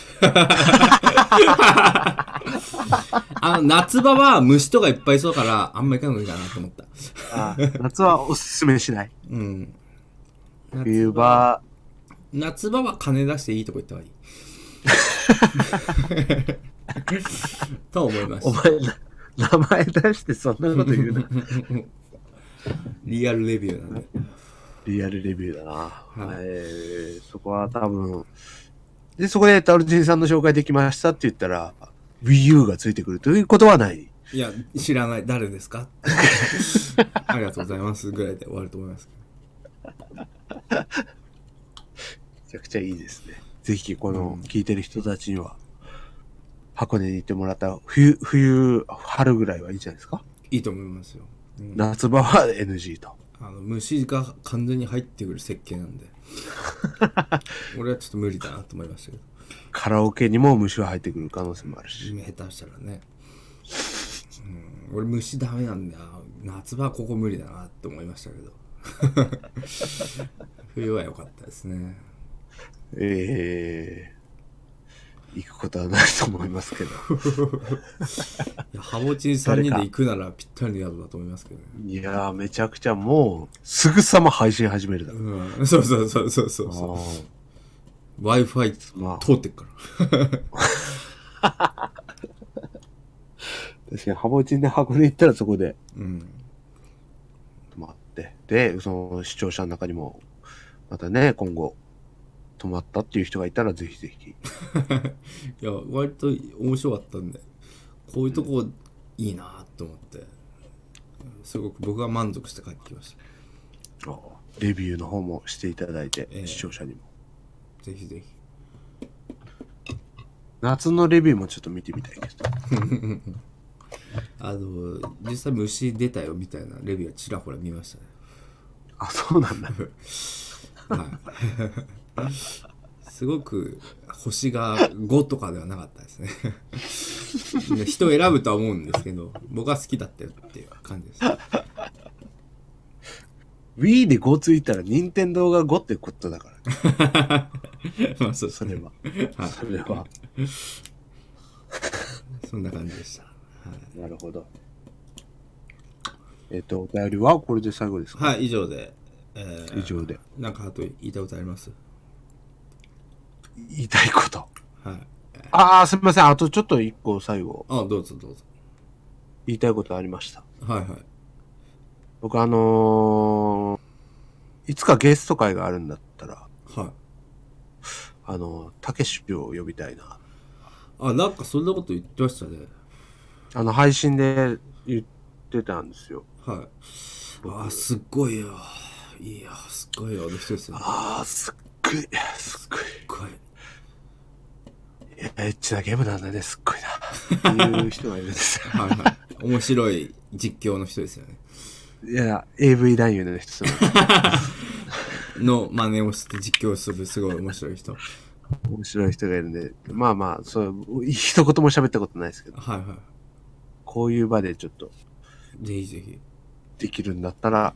S2: あの、夏場は虫とかいっぱいいそうだから、あんま行かない方がいいかなと思った。
S3: あ夏はおすすめしない。
S2: うん。
S3: 冬場、
S2: 夏場は金出していいとこ行った方がいい。と思いま
S3: お
S2: す。
S3: 前、な名前出してそんなこと言うな。
S2: リアルレビューなんで。
S3: リアルレビューだな。
S2: い
S3: えーそこは多分、で、そこでタルジンさんの紹介できましたって言ったら、Wii U がついてくるということはない。
S2: いや、知らない、誰ですかありがとうございますぐらいで終わると思います。
S3: めちゃくちゃいいですね。ぜひ、この、聞いてる人たちには、箱根に行ってもらった冬、冬、春ぐらいはいいんじゃないですか
S2: いいと思いますよ。うん
S3: 夏場は NG と。
S2: あの虫が完全に入ってくる設計なんで。俺はちょっと無理だなと思いましたけど。
S3: カラオケにも虫は入ってくる可能性もあるし。
S2: 下手したらね、うん、俺虫ダメなんだ夏場はここ無理だなって思いましたけど 冬は良かったですね
S3: ええ行くことはないと思いますけ
S2: い
S3: ど。
S2: やハボチン3人で行くならぴったりの宿だと思いますけどね
S3: いやー、めちゃくちゃもう、すぐさま配信始めるだろう。
S2: うん、そうそうそうそうそうそう Wi-Fi
S3: まあ
S2: 通ってっから
S3: 確かに、ハボチンで箱根行ったらそこで
S2: うん
S3: 泊まって、で、その視聴者の中にも、またね、今後、泊まったっていう人がいたら、ぜひぜひ。
S2: いや割と面白かったんでこういうとこいいなと思って、すごく僕は満足して帰ってきました
S3: レビューの方もしていただいて、
S2: ええ
S3: 視聴者にも。
S2: ぜひぜひ
S3: 夏のレビューもちょっと見てみた いけど。
S2: あの実際虫出たよみたいなレビューはちらほら見ましたね
S3: あ、そうなんだ。
S2: はい、 すごく星が5とかではなかったですね 人を選ぶとは思うんですけど僕は好きだったよっていう感じです
S3: Wii で5ついたら、任天堂が5ってことだから、ね、
S2: まあそう
S3: それは。
S2: はい
S3: それは。
S2: そんな感じでした、はい
S3: なるほど。えっ、と、お便りはこれで最後ですか、
S2: はい、以上で。えー
S3: 以上で。
S2: なんかあと言いたいことあります
S3: 言いたいこと。
S2: はい。
S3: ああ、すみません。あとちょっと一個最後、
S2: あ、どうぞどうぞ。
S3: 言いたいことありました。
S2: はいはい。
S3: 僕あのーいつかゲスト会があるんだったら、
S2: はい。
S3: あのーたけしを呼びたいな。
S2: あ、なんかそんなこと言ってましたね。
S3: あの、配信で言ってたんですよ。
S2: はい。あ、すっごいよ。いや、すっごいよ。あの人ですよ。すっ
S3: ああ、すっごい、すっごい。
S2: ごい。
S3: いやエッチなゲームなんだね、すっごいな。っていう人がいるんですよ。
S2: はいはい。面白い実況の人ですよね。
S3: いや、AV 男優の人その
S2: の真似をして実況するすごい面白い人。はい
S3: 面白い人がいるんで、まあまあ、そう、一言も喋ったことないですけど、
S2: は
S3: こういう場でちょっと
S2: い。ぜひぜひ。
S3: できるんだったら、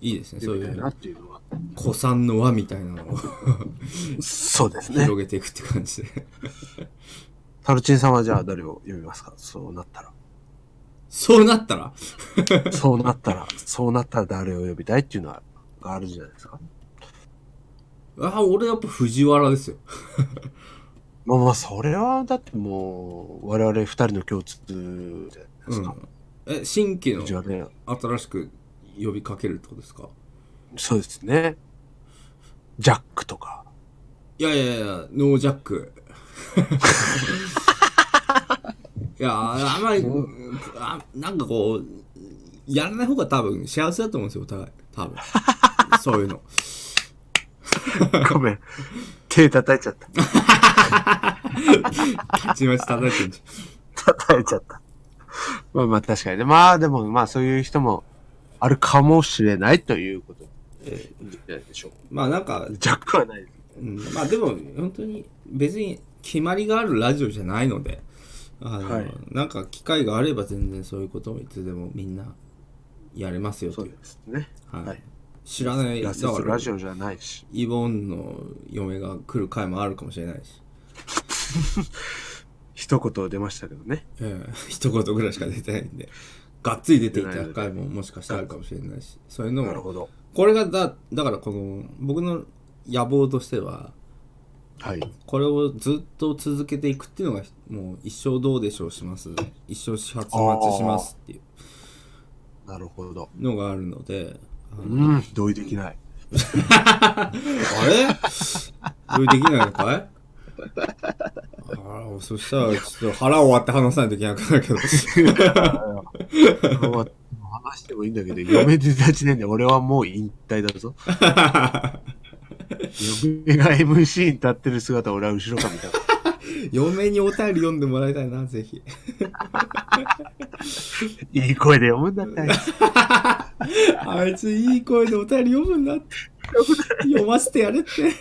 S2: いいですね。
S3: で
S2: そう
S3: き
S2: い
S3: たいなっ
S2: う、
S3: ていうのは。
S2: 古参の輪みたいなのを
S3: そうですね
S2: 広。げていくって感じで。
S3: タルチンさんはじゃあ誰を読みますかそうなったら。
S2: そうなったら
S3: そうなったら、そうなったら誰を呼びたいっていうのは、があるじゃないですか。
S2: あ、俺やっぱ藤原ですよ。
S3: まあまあ、それは、だってもう、我々二人の共通じゃないですか。
S2: え、新規の
S3: うちはね、
S2: 新しく呼びかけるってことですか
S3: そうですね。ジャックとか。
S2: いやいやいや、ノージャッ ク。いや、あんまり、あなんかこう、やらない方が多分幸せだと思うんですよ、お互い。多 分。そういうの。
S3: ごめん。手叩いちゃった。
S2: たちまち叩いてんじ
S3: 叩いちゃった。まあまあ確かにね。まあでもまあそういう人もあるかもしれないということじゃないでしょう
S2: ゃん。まあなんか、
S3: ジャックはないです。
S2: うんまあでも、本当に別に決まりがあるラジオじゃないので、あの、
S3: はい
S2: なんか機会があれば全然そういうことをいつでもみんなやれますよと
S3: そう
S2: いう。
S3: ですね。
S2: はい
S3: はい
S2: 知らない、
S3: ラ
S2: だ
S3: ス
S2: か
S3: ト
S2: ら
S3: ラジオじゃないし。
S2: イボンの嫁が来る回もあるかもしれないし、
S3: 一言出ましたけどね。
S2: ええ 一言ぐらいしか出てないんで、がっつり出ていただく回ももしかしたらあるかもしれないし、そういうの
S3: なる
S2: も、
S3: ほど。
S2: これがだ、だからこの、僕の野望としては、
S3: はい。
S2: これをずっと続けていくっていうのがもう一生どうでしょうします一生始発待ちしますっていう
S3: なるほど。
S2: のがあるのであの
S3: うん。同意できない。
S2: あれ同意できないのかいああそしたらちょっと腹を割って話さないといけなくなるけど
S3: もう話してもいいんだけど、嫁出た時点で俺はもう引退だぞ。嫁が MC に立ってる姿俺は後ろから見た。
S2: 嫁にお便り読んでもらいたいなぜひ
S3: いい声で読むんだったら。
S2: あいついい声でお便り読むんだって読ませてやれって